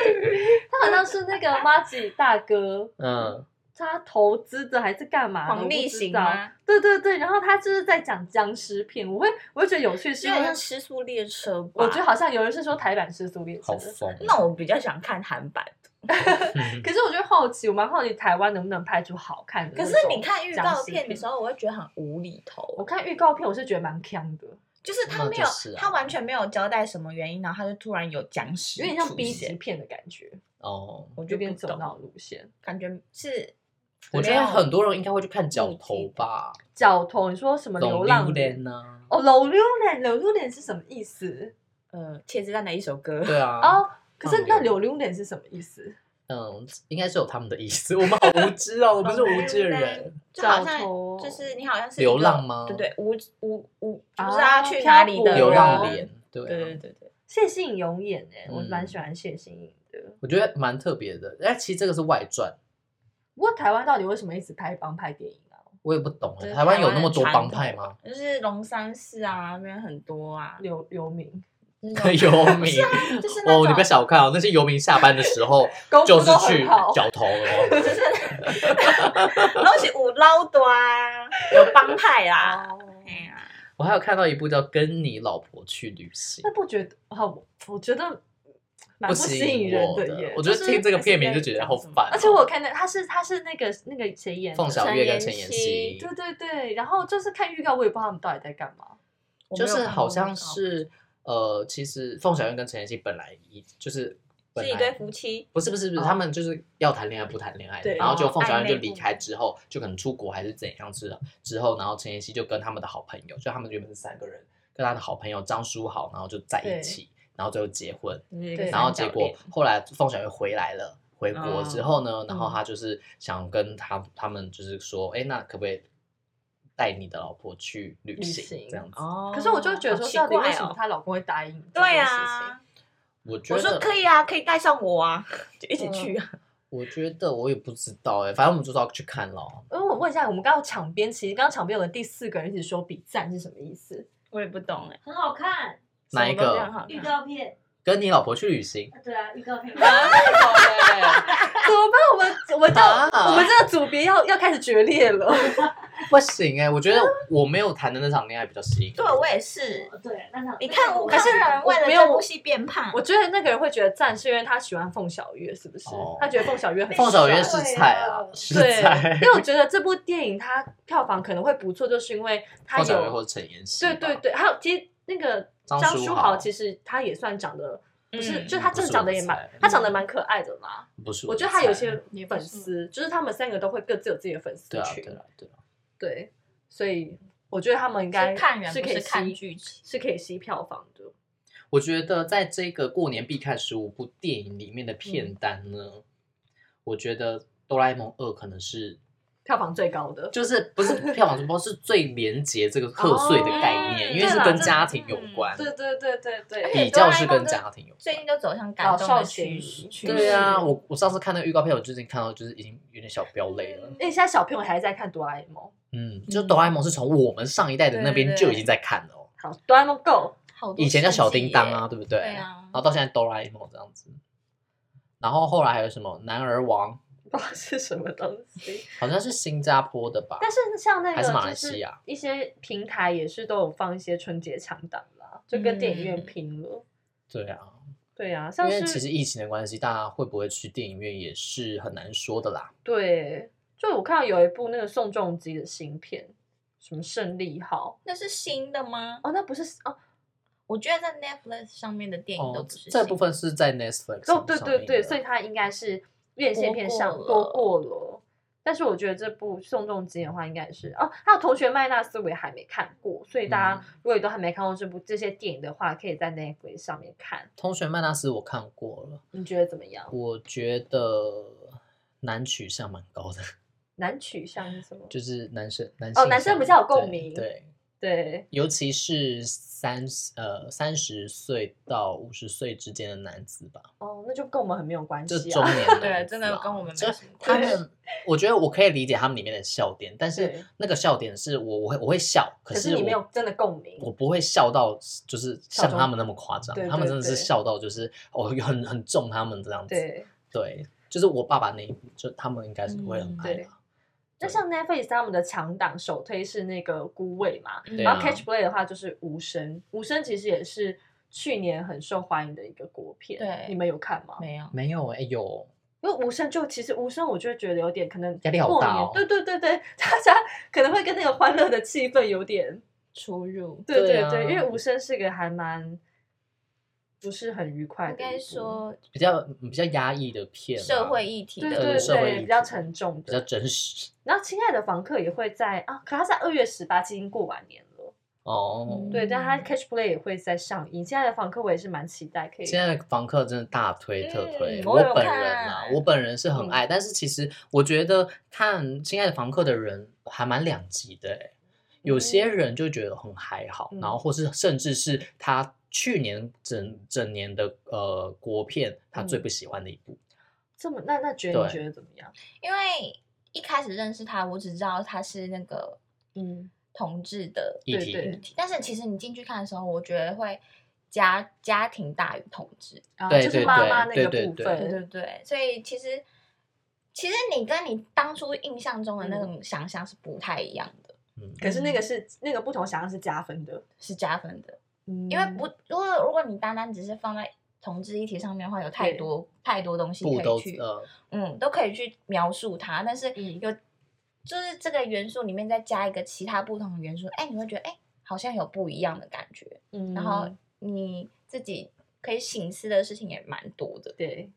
Speaker 1: 他好像是那个马吉大哥，
Speaker 2: 嗯，
Speaker 1: 他投资的还是干嘛的？
Speaker 3: 黄
Speaker 1: 啊我不
Speaker 3: 立
Speaker 1: 知
Speaker 3: 行
Speaker 1: 道
Speaker 3: 吗？
Speaker 1: 对对对，然后他就是在讲僵尸片，我会我会觉得有趣，是
Speaker 3: 就
Speaker 1: 因
Speaker 3: 很
Speaker 1: 为
Speaker 3: 像《失速列车》吧。
Speaker 1: 我觉得好像有人是说台版是苏联
Speaker 2: 好疯。
Speaker 3: 那我比较想看韩版，
Speaker 1: 可是我就好奇，我蛮好奇台湾能不能拍出好看的。
Speaker 3: 可是你，看预告片的时候，我会觉得很无厘
Speaker 1: 我
Speaker 3: 头，
Speaker 1: 看预告片，我是觉得蛮强的，
Speaker 3: 就是他没有
Speaker 2: 那就是，啊
Speaker 3: 他完全没有交代什么原因，然后他就突然有僵尸，
Speaker 1: 有点像 B 级，片的感觉，
Speaker 2: 哦，
Speaker 3: 我
Speaker 1: 有
Speaker 3: 就不
Speaker 1: 点走那
Speaker 3: 懂，
Speaker 1: 种路线。
Speaker 3: 感觉是
Speaker 2: 我觉
Speaker 3: 没
Speaker 2: 得
Speaker 3: 有
Speaker 2: 很多人应该会去看角头吧，
Speaker 1: 角头，你说什么流浪人？
Speaker 2: 人啊，
Speaker 1: 哦，老榴莲，老榴莲是什么意思？
Speaker 3: 呃茄子蛋的一首歌，
Speaker 2: 对啊，
Speaker 1: 哦，可是那柳榴莲是什么意思？
Speaker 2: 嗯，应该是有他们的意思。我们好无知哦，我们是无知的 人，
Speaker 3: 就好
Speaker 1: 角
Speaker 3: 像
Speaker 1: 头
Speaker 3: 就是你好像是一
Speaker 2: 流
Speaker 3: 个
Speaker 2: 浪吗
Speaker 3: 对对，无无无，就
Speaker 1: 啊
Speaker 3: 不知道去哪里
Speaker 1: 漂
Speaker 3: 的
Speaker 1: 泊
Speaker 2: 流浪
Speaker 1: 人
Speaker 2: 脸，
Speaker 3: 对
Speaker 2: 对啊
Speaker 3: 对对对，
Speaker 1: 谢欣颖演哎，
Speaker 2: 嗯
Speaker 1: 我蛮喜欢谢欣颖的。
Speaker 2: 我觉得蛮特别的。但其实这个是外传，
Speaker 1: 不过台湾到底为什么一直拍帮派电影啊？
Speaker 2: 我也不懂哎、
Speaker 3: 就是
Speaker 2: 台湾有那么
Speaker 3: 的
Speaker 2: 多
Speaker 3: 传
Speaker 2: 帮
Speaker 3: 统
Speaker 2: 派
Speaker 3: 吧
Speaker 2: 吗？？
Speaker 3: 就是龙山寺啊，那边很多啊，
Speaker 1: 刘刘明，
Speaker 3: 就是 那种
Speaker 2: 游民
Speaker 3: 就是那
Speaker 2: 哦，
Speaker 3: 种
Speaker 2: 你不要小看哦，那些游民下班的时候
Speaker 1: 功夫
Speaker 2: 就是
Speaker 1: 都很
Speaker 2: 去
Speaker 1: 好
Speaker 2: 绞头哦。
Speaker 3: 东西有捞多啊，有帮派啊，
Speaker 1: 哦
Speaker 3: 哎呀，
Speaker 2: 我还有看到一部叫《跟你老婆去旅 行
Speaker 1: 那》，不觉得？哦，我觉得蛮
Speaker 2: 吸
Speaker 1: 吸引人
Speaker 2: 我
Speaker 1: 耶。
Speaker 2: 我觉得
Speaker 1: 就是
Speaker 2: 听这个
Speaker 3: 还是
Speaker 2: 片名
Speaker 3: 在
Speaker 2: 就觉得
Speaker 3: 讲
Speaker 2: 好
Speaker 3: 什么
Speaker 2: 烦哦。
Speaker 1: 而且我看到他是他是那个那个谁演的？
Speaker 2: 凤小
Speaker 3: 陈
Speaker 2: 岳跟
Speaker 3: 妍
Speaker 2: 陈妍
Speaker 3: 希
Speaker 2: 希，
Speaker 1: 对对对，然后就是看预告，我也不知道他们到底在干嘛。
Speaker 3: 我没
Speaker 2: 就
Speaker 3: 有
Speaker 2: 是
Speaker 3: 看
Speaker 2: 好
Speaker 3: 过那
Speaker 2: 像
Speaker 3: 个
Speaker 2: 是呃，其实凤小岳跟陈妍希本来一就是本
Speaker 3: 是一
Speaker 2: 来
Speaker 3: 对夫妻，
Speaker 2: 不是不是不是，
Speaker 1: 哦
Speaker 2: 他们就是要谈恋爱不谈恋爱的，
Speaker 1: 对
Speaker 2: 然后就
Speaker 3: 哦
Speaker 2: 凤小
Speaker 3: 暧
Speaker 2: 岳
Speaker 3: 昧
Speaker 2: 就离
Speaker 3: 不
Speaker 2: 开之后，就可能出国还是怎样之之后，然后陈妍希就跟他们的好朋友，就他们原本是三个人，跟他的好朋友张书豪，然后就在
Speaker 1: 对
Speaker 2: 一起，然后最后结婚，
Speaker 3: 就是一个
Speaker 1: 对
Speaker 2: 然后
Speaker 3: 三角
Speaker 2: 结果
Speaker 3: 恋
Speaker 2: 后来凤小岳回来了，回国之后呢，然
Speaker 3: 哦
Speaker 2: 后
Speaker 1: 嗯
Speaker 2: 他就是想跟他他们就是说，哎，那可不可以带你的老婆去旅
Speaker 1: 旅
Speaker 2: 行
Speaker 1: 行
Speaker 2: 这样子？
Speaker 3: 哦，
Speaker 1: 可是我就觉得
Speaker 3: 好
Speaker 1: 说，
Speaker 3: 奇
Speaker 1: 到底为
Speaker 3: 怪
Speaker 1: 什么
Speaker 3: 哦，
Speaker 1: 她老公会答应？
Speaker 3: 对啊，，
Speaker 2: 我觉
Speaker 3: 我说
Speaker 2: 得
Speaker 3: 可以啊，可以带上我啊，就一起去啊，
Speaker 2: 我觉得我也不知道哎，反正我们就是要去看咯。
Speaker 1: 因为我问一下，我们刚刚场边，其实刚刚场边有个第四个人一直说比赞是什么意 思？
Speaker 3: 我也不懂哎，
Speaker 4: 很好看，
Speaker 2: 哪一
Speaker 3: 什么都这样
Speaker 2: 个
Speaker 3: 好
Speaker 4: 预
Speaker 3: 看
Speaker 4: 告片，
Speaker 2: 跟你老婆去旅行？
Speaker 4: 对啊，预告片。
Speaker 1: 怎么办？我们我们到、
Speaker 2: 啊
Speaker 1: 我们这个组别要要开始决裂了。
Speaker 2: 不行哎、我觉得我没有谈的那场恋爱比较吸引。
Speaker 3: 对，我也是。
Speaker 4: 对，那场
Speaker 3: 你看我，
Speaker 4: 可
Speaker 3: 可
Speaker 4: 是
Speaker 3: 是人为了
Speaker 1: 没有
Speaker 3: 这部戏变胖，
Speaker 1: 我觉得那个人会觉得赞，是因为他喜欢凤小岳，是不是？
Speaker 2: 哦
Speaker 1: 他觉得凤小岳很
Speaker 2: 凤小岳
Speaker 1: 帅
Speaker 2: 是菜啊，是
Speaker 1: 对，
Speaker 2: 菜
Speaker 1: 因。为我觉得这部电影它票房可能会不错，就是因为它
Speaker 2: 凤小岳或
Speaker 1: 有
Speaker 2: 者陈妍希吧。
Speaker 1: 对对对，还有其实那个
Speaker 2: 张
Speaker 1: 张
Speaker 2: 书
Speaker 1: 书
Speaker 2: 豪
Speaker 1: 豪，其实他也算长得不是，
Speaker 3: 嗯
Speaker 1: 就他真的长得也蛮
Speaker 2: 不是我的菜，
Speaker 1: 他长得蛮可爱的嘛。
Speaker 2: 不是
Speaker 1: 我
Speaker 2: 的
Speaker 1: 觉得他有
Speaker 2: 菜
Speaker 1: 些粉丝，就是他们三个都会各自有自己的粉丝
Speaker 2: 对啊
Speaker 1: 群
Speaker 2: 对，啊对啊，
Speaker 1: 对，所以我觉得他们应该
Speaker 3: 是看人
Speaker 1: 是
Speaker 3: 不
Speaker 1: 可以
Speaker 3: 是看
Speaker 1: 吸
Speaker 3: 剧情
Speaker 1: 是可以吸票房的。
Speaker 2: 我觉得在这个过年必看十五部
Speaker 1: 嗯
Speaker 2: 电影里面的片单呢，我觉得《哆啦 A 梦二》可能是
Speaker 1: 票房最高的。
Speaker 2: 就是不是票房传播，是最连接这个贺岁的概念，
Speaker 3: 哦
Speaker 2: 因为是
Speaker 1: 对啦
Speaker 2: 跟
Speaker 1: 这
Speaker 2: 家庭有关，
Speaker 1: 对对对对对，
Speaker 2: 比较是跟家庭有关。
Speaker 3: 最近都走向感动
Speaker 1: 老少
Speaker 3: 的
Speaker 1: 咸
Speaker 3: 趋
Speaker 1: 宜
Speaker 3: 势。趋
Speaker 2: 对
Speaker 3: 势
Speaker 2: 啊，我我上次看那个预告片，我最近看到就是已经有点小飙泪了。
Speaker 1: 因为现在小朋友还在看哆啦 A 梦。
Speaker 2: 嗯，就哆啦 A 梦是从我们上一代的那边
Speaker 3: 对对
Speaker 2: 就已经在看了哦，
Speaker 1: 好，哆啦 A 梦 Go，
Speaker 3: 好多
Speaker 2: 以前叫小
Speaker 3: 升级
Speaker 2: 叮当
Speaker 3: 耶
Speaker 2: 啊，，对不对？
Speaker 3: 对
Speaker 2: 然
Speaker 3: 啊，
Speaker 2: 后到现在哆啦 A 梦这样子，然后后来还有什么男儿王，
Speaker 1: 不知道是什么东西。
Speaker 2: 好像是新加坡的吧？
Speaker 1: 但是像那个
Speaker 2: 还是马来
Speaker 1: 就是
Speaker 2: 西亚
Speaker 1: 一些平台也是都有放一些春节强档啦，就跟电影院拼了。
Speaker 2: 对啊，
Speaker 1: 对啊，
Speaker 2: 嗯因
Speaker 1: 像
Speaker 2: 为其
Speaker 1: 是
Speaker 2: 实疫情的关系，大家会不会去电影院也是很难说的啦。
Speaker 1: 对，就我看到有一部那个宋仲基的新片，什么《胜利号
Speaker 3: 那是新的吗》？
Speaker 1: 哦，那不是哦
Speaker 3: 我觉得在 Netflix 上面的电影都
Speaker 2: 哦
Speaker 3: 不是，新的
Speaker 2: 这部分是在 Netflix
Speaker 1: 哦，
Speaker 2: 上
Speaker 1: 对对
Speaker 2: 映
Speaker 1: 对，
Speaker 2: 的
Speaker 1: 所以它应该是院线片上
Speaker 3: 播过
Speaker 1: 都
Speaker 3: 了
Speaker 1: 过了。但是我觉得这部宋仲基的话，应该是哦，还有《同学麦纳斯》我也还没看过，所以大
Speaker 2: 嗯
Speaker 1: 家如果都还没看过这部这些电影的话，可以在 Netflix 上面看。
Speaker 2: 同学麦纳斯我看过了，
Speaker 1: 你觉得怎么样？
Speaker 2: 我觉得男取向蛮高的，
Speaker 1: 男取向是什么？
Speaker 2: 就是男生男
Speaker 1: 哦
Speaker 2: 性
Speaker 1: 男生
Speaker 2: 向
Speaker 1: 比较有共
Speaker 2: 对
Speaker 1: 鸣
Speaker 2: 对。
Speaker 1: 对，
Speaker 2: 尤其是三十呃三十岁到五十岁之间的男子吧，
Speaker 1: 哦，那就跟我们很没有关
Speaker 2: 就
Speaker 1: 系
Speaker 2: 中
Speaker 1: 啊。
Speaker 2: 年男子啊
Speaker 3: 对，真的跟我们没
Speaker 2: 就
Speaker 3: 什么
Speaker 2: 他
Speaker 3: 关系。
Speaker 2: 们，我觉得我可以理解他们里面的笑点，但
Speaker 1: 对
Speaker 2: 是那个笑点是我我会我会笑，可
Speaker 1: 可是
Speaker 2: 我
Speaker 1: 你没有真的共鸣
Speaker 2: 我不会笑到就是像
Speaker 1: 笑中
Speaker 2: 他们那么夸张
Speaker 1: 对，对
Speaker 2: 他们真的是
Speaker 1: 对
Speaker 2: 笑到就是哦很很中他们这样子，
Speaker 1: 对，
Speaker 2: 对就是我爸爸那一部，就他们应该是会很
Speaker 3: 嗯
Speaker 2: 爱
Speaker 1: 对
Speaker 2: 吧。
Speaker 1: 那像 Netflix 他们的强档首推是那个《孤味》嘛，
Speaker 3: 嗯
Speaker 2: 对
Speaker 1: 然
Speaker 2: 啊
Speaker 1: 后 Catch Play 的话就是无声《无声》，《其实也是去年很受欢迎的一个国片。
Speaker 3: 对
Speaker 1: 你们有看吗？
Speaker 3: 没有，
Speaker 2: 没有哎、有
Speaker 1: 因为《无声》就其实《无声》，我就会觉得有点可能
Speaker 2: 压力好
Speaker 1: 过
Speaker 2: 大
Speaker 1: 年
Speaker 2: 哦
Speaker 1: 对对对对，大家可能会跟那个欢乐的气氛有点。
Speaker 3: 出入。
Speaker 1: 对
Speaker 2: 对
Speaker 1: 对
Speaker 2: 啊
Speaker 1: 对，因为《无声》是个还蛮不是很愉快的，
Speaker 3: 应该。说
Speaker 2: 比较比较压抑的片啊、
Speaker 3: 社会议题
Speaker 1: 对
Speaker 3: 的
Speaker 1: 对
Speaker 2: 社会议
Speaker 1: 对，
Speaker 2: 题
Speaker 1: 比较沉重的，
Speaker 2: 比较真实
Speaker 1: 然后《亲爱的房客》也会在啊，可他在二月十八，其实已经过完年了。
Speaker 2: 哦。
Speaker 3: 嗯
Speaker 1: 对，但他 Catch Play 也会在上映。《亲爱的房客》我也是蛮期待可以。
Speaker 2: 现在的房客真的大推特推，
Speaker 3: 嗯
Speaker 2: 我
Speaker 3: 我有
Speaker 2: 本人啊，
Speaker 3: 看
Speaker 2: 我本人是
Speaker 1: 嗯
Speaker 2: 很爱，但是其实我觉得看《亲爱的房客》的人还蛮两极的、欸，有些人就觉得很还好，
Speaker 1: 嗯
Speaker 2: 然后或是甚至是他去年整整年的呃国片他
Speaker 1: 嗯
Speaker 2: 最不喜欢的一部，
Speaker 1: 这么那那觉得你
Speaker 2: 对
Speaker 1: 觉得怎么样？
Speaker 3: 因为一开始认识他，我只知道他是那个
Speaker 1: 嗯，
Speaker 3: 同志的
Speaker 2: 议
Speaker 1: 对
Speaker 2: 题
Speaker 1: 对
Speaker 3: 议题，但是其实你进去看的时候，我觉得会家家庭大于同志。
Speaker 1: 啊，
Speaker 2: 对
Speaker 1: 就是
Speaker 2: 对
Speaker 1: 妈
Speaker 2: 对
Speaker 1: 妈那个
Speaker 2: 对
Speaker 1: 部
Speaker 2: 对
Speaker 3: 对对
Speaker 1: 分，
Speaker 3: 对，所以其实其实你跟你当初印象中的那种想象是不太一样的，
Speaker 2: 嗯，
Speaker 1: 可是那个是那个不同想象是加分的，
Speaker 3: 是加分的。
Speaker 1: 因
Speaker 3: 嗯因为不，如果如果你单单只是放在同志议题上面的话，有太
Speaker 1: 对
Speaker 3: 多太多东西
Speaker 2: 部
Speaker 3: 可
Speaker 2: 都
Speaker 3: 以去，
Speaker 2: 呃
Speaker 3: 嗯，都可以去描述它。但是
Speaker 1: 嗯
Speaker 3: 有，就是这个元素里面再加一个其他不同的元素，哎，你会觉得哎，好像有不一样的感觉。
Speaker 1: 嗯
Speaker 3: 然后你自己可以醒思的事情也蛮多的。
Speaker 1: 对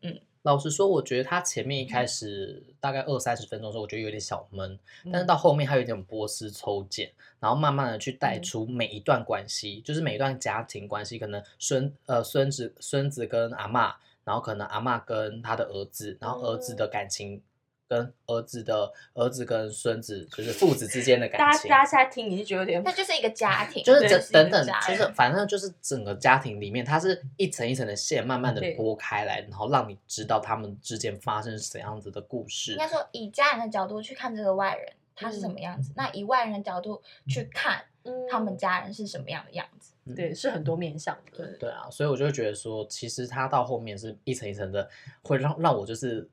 Speaker 2: 老实说，我觉得他前面一开始大概二三十分钟的时候，我觉得有点小闷，
Speaker 1: 嗯
Speaker 2: 但是到后面它有点波斯抽检，然后慢慢的去
Speaker 1: 嗯
Speaker 2: 带出每一段关系，就是每一段家庭关系，可能孙呃孙子孙子跟阿嬷，然后可能阿嬷跟他的儿子，然后儿子
Speaker 1: 哦
Speaker 2: 的感情跟儿子的儿子跟孙子，就是父子之间的
Speaker 1: 大
Speaker 2: 感
Speaker 1: 家
Speaker 2: 情。
Speaker 1: 大家现在听你是觉得有点
Speaker 3: 它就是一个家庭，
Speaker 2: 就是
Speaker 1: 对
Speaker 2: 整
Speaker 3: 一个
Speaker 2: 等等
Speaker 3: 家，
Speaker 2: 就
Speaker 3: 人
Speaker 2: 是反正就是整个家庭里面，它是一层一层的线，慢慢的
Speaker 1: 对
Speaker 2: 剥开来，然后让你知道他们之间发生怎样子的故事
Speaker 3: 应。该说以家人的角度去看这个外人，他是什
Speaker 1: 嗯
Speaker 3: 么样子；那以外人的角度去看
Speaker 1: 嗯
Speaker 3: 他们家人是什么样的样子。
Speaker 1: 对是很多面向的，
Speaker 2: 对啊，所以我就会觉得说，其实它到后面是一层一层的，会让让我就是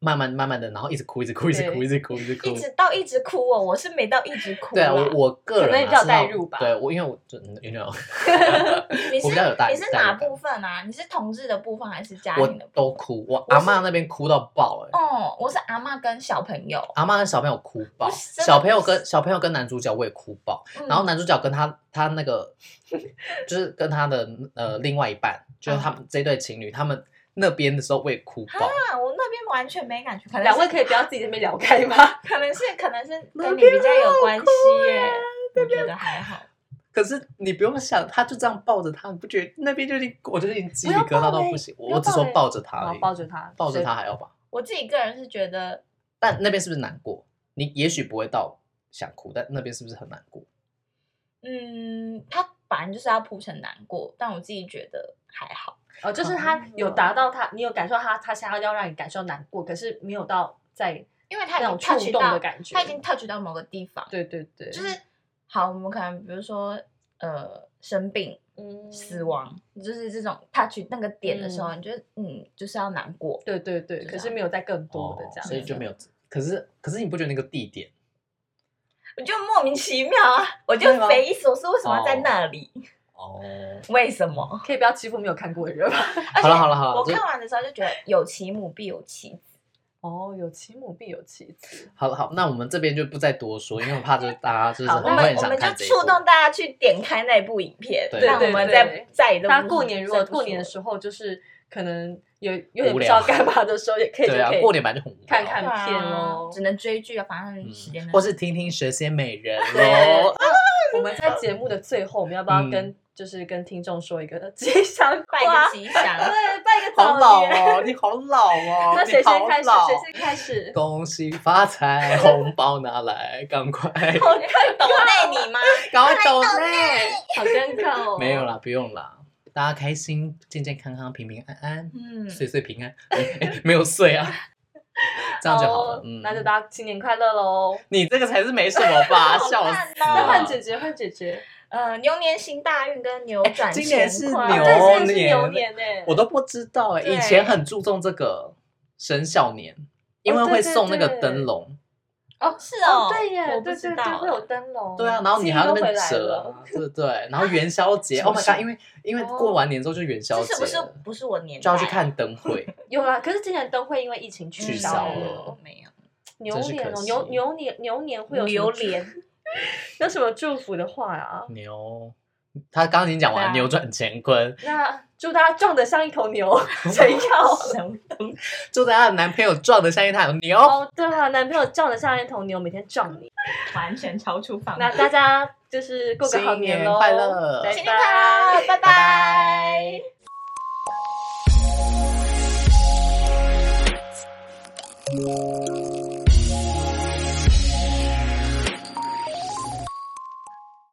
Speaker 2: 慢慢慢慢的，然后一直哭，一直哭，一直哭，
Speaker 1: 对
Speaker 2: 一直哭，一直哭
Speaker 3: 一。直到一直哭哦，我是没到一直哭
Speaker 2: 对
Speaker 3: 啦。
Speaker 2: 啊，我我个
Speaker 1: 可能
Speaker 2: 人
Speaker 1: 你
Speaker 2: 啊
Speaker 1: 比较
Speaker 2: 是那
Speaker 1: 代
Speaker 2: 种
Speaker 1: 入吧
Speaker 2: 对我，因为我就 you know，
Speaker 3: 你是
Speaker 2: 我比较有代
Speaker 3: 你是
Speaker 2: 代入
Speaker 3: 哪
Speaker 2: 感
Speaker 3: 部分啊？你是同志的部分还是家
Speaker 2: 我
Speaker 3: 庭的
Speaker 2: 都
Speaker 3: 部分？
Speaker 2: 哭，我阿妈那边哭到爆哎、欸
Speaker 3: 哦，我是阿嬷跟小朋友，
Speaker 2: 阿妈跟小朋友哭爆，
Speaker 3: 不是真的
Speaker 2: 小朋友
Speaker 3: 不是
Speaker 2: 跟小朋友跟男主角我也哭爆，
Speaker 3: 嗯
Speaker 2: 然后男主角跟他他那个 就是跟他的呃另外一半，就是他们
Speaker 3: 嗯
Speaker 2: 这对情侣，他们那边的时候我也哭爆，
Speaker 3: 啊，我那边完全没感觉，可能
Speaker 1: 两位
Speaker 3: 是
Speaker 1: 可以不要自己在那边聊开吗？
Speaker 3: 可能是可能是
Speaker 1: 那
Speaker 3: 跟你
Speaker 1: 边
Speaker 3: 比较有关系耶
Speaker 1: 啊，
Speaker 3: 我觉得还好。
Speaker 2: 可是你不用想，他就这样抱着他，你不觉得那边就已经我就已经鸡皮疙瘩到不行？
Speaker 1: 不要抱嘞
Speaker 2: 我只说抱着他
Speaker 1: 然
Speaker 2: 而
Speaker 1: 后
Speaker 2: 已，
Speaker 1: 抱着他，
Speaker 2: 抱着他
Speaker 1: 所以，
Speaker 2: 还要吧。
Speaker 3: 我自己个人是觉得
Speaker 2: 但那边是不是难过？你也许不会到想哭，但那边是不是很难过？
Speaker 3: 嗯，他反正就是要铺成难过，但我自己觉得还好。
Speaker 1: 哦，就是他有达到他，你有感受他，他想要要让你感受难过，可是没有到在
Speaker 3: 因为他已
Speaker 1: 那
Speaker 3: 经
Speaker 1: 种触
Speaker 3: touch
Speaker 1: 动
Speaker 3: 到
Speaker 1: 的，感觉。
Speaker 3: 他已经 touch 到某个地方，
Speaker 1: 对对对，
Speaker 3: 就是好，我们可能比如说呃生病、
Speaker 1: 嗯
Speaker 3: 死。亡，就是这种 touch 那个点的时候，
Speaker 1: 嗯
Speaker 3: 你觉得嗯就是要难过，
Speaker 1: 对对对，
Speaker 3: 就
Speaker 1: 可
Speaker 3: 这
Speaker 1: 是
Speaker 3: 样
Speaker 1: 没有再更多的
Speaker 2: 哦
Speaker 1: 这样，
Speaker 2: 所以就没有。可是可是你不觉得那个地点？
Speaker 3: 我就莫名其妙啊，我就
Speaker 2: 对吗
Speaker 3: 匪夷所思，为什么要在那里？
Speaker 2: 哦，
Speaker 3: 为什么？
Speaker 1: 可以不要欺负没有看过的人吧？
Speaker 2: 好了好了好了，
Speaker 3: 我
Speaker 2: 这
Speaker 3: 看完的时候就觉得有其母必有其子，
Speaker 1: 哦，有其母必有其 子。
Speaker 2: 好了好，那我们这边就不再多说，因为我怕就是大家就是
Speaker 1: 好
Speaker 2: 很
Speaker 3: 我
Speaker 1: 那
Speaker 2: 会
Speaker 3: 们
Speaker 2: 很
Speaker 3: 我
Speaker 2: 想
Speaker 3: 们就
Speaker 2: 看这一
Speaker 3: 触
Speaker 2: 部。
Speaker 3: 动大家去点开那部影片，
Speaker 2: 对
Speaker 3: 让我
Speaker 2: 对
Speaker 3: 们
Speaker 1: 对
Speaker 3: 再
Speaker 1: 对
Speaker 3: 再也都
Speaker 1: 大家
Speaker 3: 不
Speaker 1: 过年如果
Speaker 3: 再不
Speaker 1: 过年的
Speaker 3: 说
Speaker 1: 时候，就是可能有有点
Speaker 2: 无
Speaker 1: 不知道
Speaker 2: 聊
Speaker 1: 干嘛的时候，也可以就
Speaker 2: 对啊
Speaker 1: 可，以
Speaker 2: 过年本来就很无聊
Speaker 1: 看看
Speaker 3: 对啊
Speaker 1: 片咯
Speaker 3: 只能追剧啊，反正
Speaker 2: 嗯
Speaker 3: 时间、
Speaker 2: 或是听听蛇蝎美人
Speaker 1: 对
Speaker 2: 喽。
Speaker 1: 我们在节目的最后，我们要不要
Speaker 2: 嗯
Speaker 1: 跟、就是跟听众说一个 吉祥
Speaker 3: 拜
Speaker 1: 话
Speaker 3: 个？吉祥。
Speaker 1: 对，拜个
Speaker 2: 好
Speaker 1: 早
Speaker 2: 老
Speaker 1: 年。
Speaker 2: 哦，你好老哦，
Speaker 1: 那谁
Speaker 2: 你好
Speaker 1: 先开始？
Speaker 2: 老哦
Speaker 1: 谁先开始？
Speaker 2: 恭喜发财，红包拿来，赶快，
Speaker 1: 好尴
Speaker 3: 抖
Speaker 1: 尬，
Speaker 3: 内你吗？
Speaker 2: 赶快抖内。
Speaker 1: 好尴尬哦。
Speaker 2: 没有，啦，不用啦，大家开心、健健康康、平平安安、
Speaker 3: 嗯，
Speaker 2: 岁岁平安。哎没有岁啊，这样就好了。嗯，
Speaker 1: 哦那就大家新年快乐
Speaker 3: 哦
Speaker 1: 喽！
Speaker 2: 你这个才是没什么吧，
Speaker 3: 好
Speaker 2: 笑
Speaker 3: 烂
Speaker 2: 死
Speaker 3: 哦
Speaker 1: 那
Speaker 2: 了
Speaker 1: 换。姐姐，换姐姐，
Speaker 3: 呃，牛年行大运跟扭转
Speaker 2: 哎今年
Speaker 3: 乾
Speaker 2: 是
Speaker 3: 坤
Speaker 2: 牛
Speaker 1: 但是也是
Speaker 2: 年
Speaker 1: 牛年欸呢、
Speaker 3: 哦
Speaker 2: 我都不知道哎，
Speaker 3: 对
Speaker 2: 以前很注重这个生肖年，因为
Speaker 1: 哦对
Speaker 2: 会
Speaker 1: 对
Speaker 2: 送那个
Speaker 1: 对
Speaker 2: 灯笼。
Speaker 1: 哦。
Speaker 3: 是
Speaker 1: 哦
Speaker 3: 哦，，
Speaker 1: 对耶，
Speaker 3: 我不
Speaker 1: 对
Speaker 3: 知
Speaker 1: 对
Speaker 3: 道
Speaker 1: 对，会有灯笼。
Speaker 2: 对啊，然后你还要那
Speaker 1: 记忆哦都回
Speaker 2: 边
Speaker 1: 来
Speaker 2: 折
Speaker 1: 了
Speaker 2: 啊，对不对？然后元宵节
Speaker 1: 是
Speaker 2: ，Oh
Speaker 1: 不
Speaker 2: my
Speaker 1: 是
Speaker 2: god！因为因为
Speaker 1: 哦
Speaker 2: 过完年之后就元宵
Speaker 3: 这
Speaker 2: 节
Speaker 3: 是不是
Speaker 2: 了，
Speaker 3: 不是我年代嗯
Speaker 2: 就要去看灯会。
Speaker 1: 有啦，可是今年灯会因为疫情
Speaker 2: 取
Speaker 1: 消
Speaker 2: 消
Speaker 1: 了
Speaker 2: 了。
Speaker 3: 没有？
Speaker 1: 牛
Speaker 2: 真是
Speaker 1: 年
Speaker 2: 可
Speaker 1: 哦，
Speaker 2: 惜
Speaker 1: 牛牛年牛年会有
Speaker 3: 榴
Speaker 1: 莲， 有什么祝福的话啊？
Speaker 2: 牛，他刚刚已经讲
Speaker 3: 对
Speaker 2: 完
Speaker 3: 啊
Speaker 2: 扭转乾坤，
Speaker 1: 那祝大家撞得像一头牛， 谁要？
Speaker 3: 什 么东西？
Speaker 2: 祝大家的男朋友撞得像一头牛。
Speaker 1: 哦，对啊，男朋友撞得像一头牛，每天撞你。
Speaker 3: 完全超出范
Speaker 1: 那大家就是过个好喽，
Speaker 2: 新年快乐
Speaker 1: 拜拜
Speaker 3: 新年快乐，拜拜。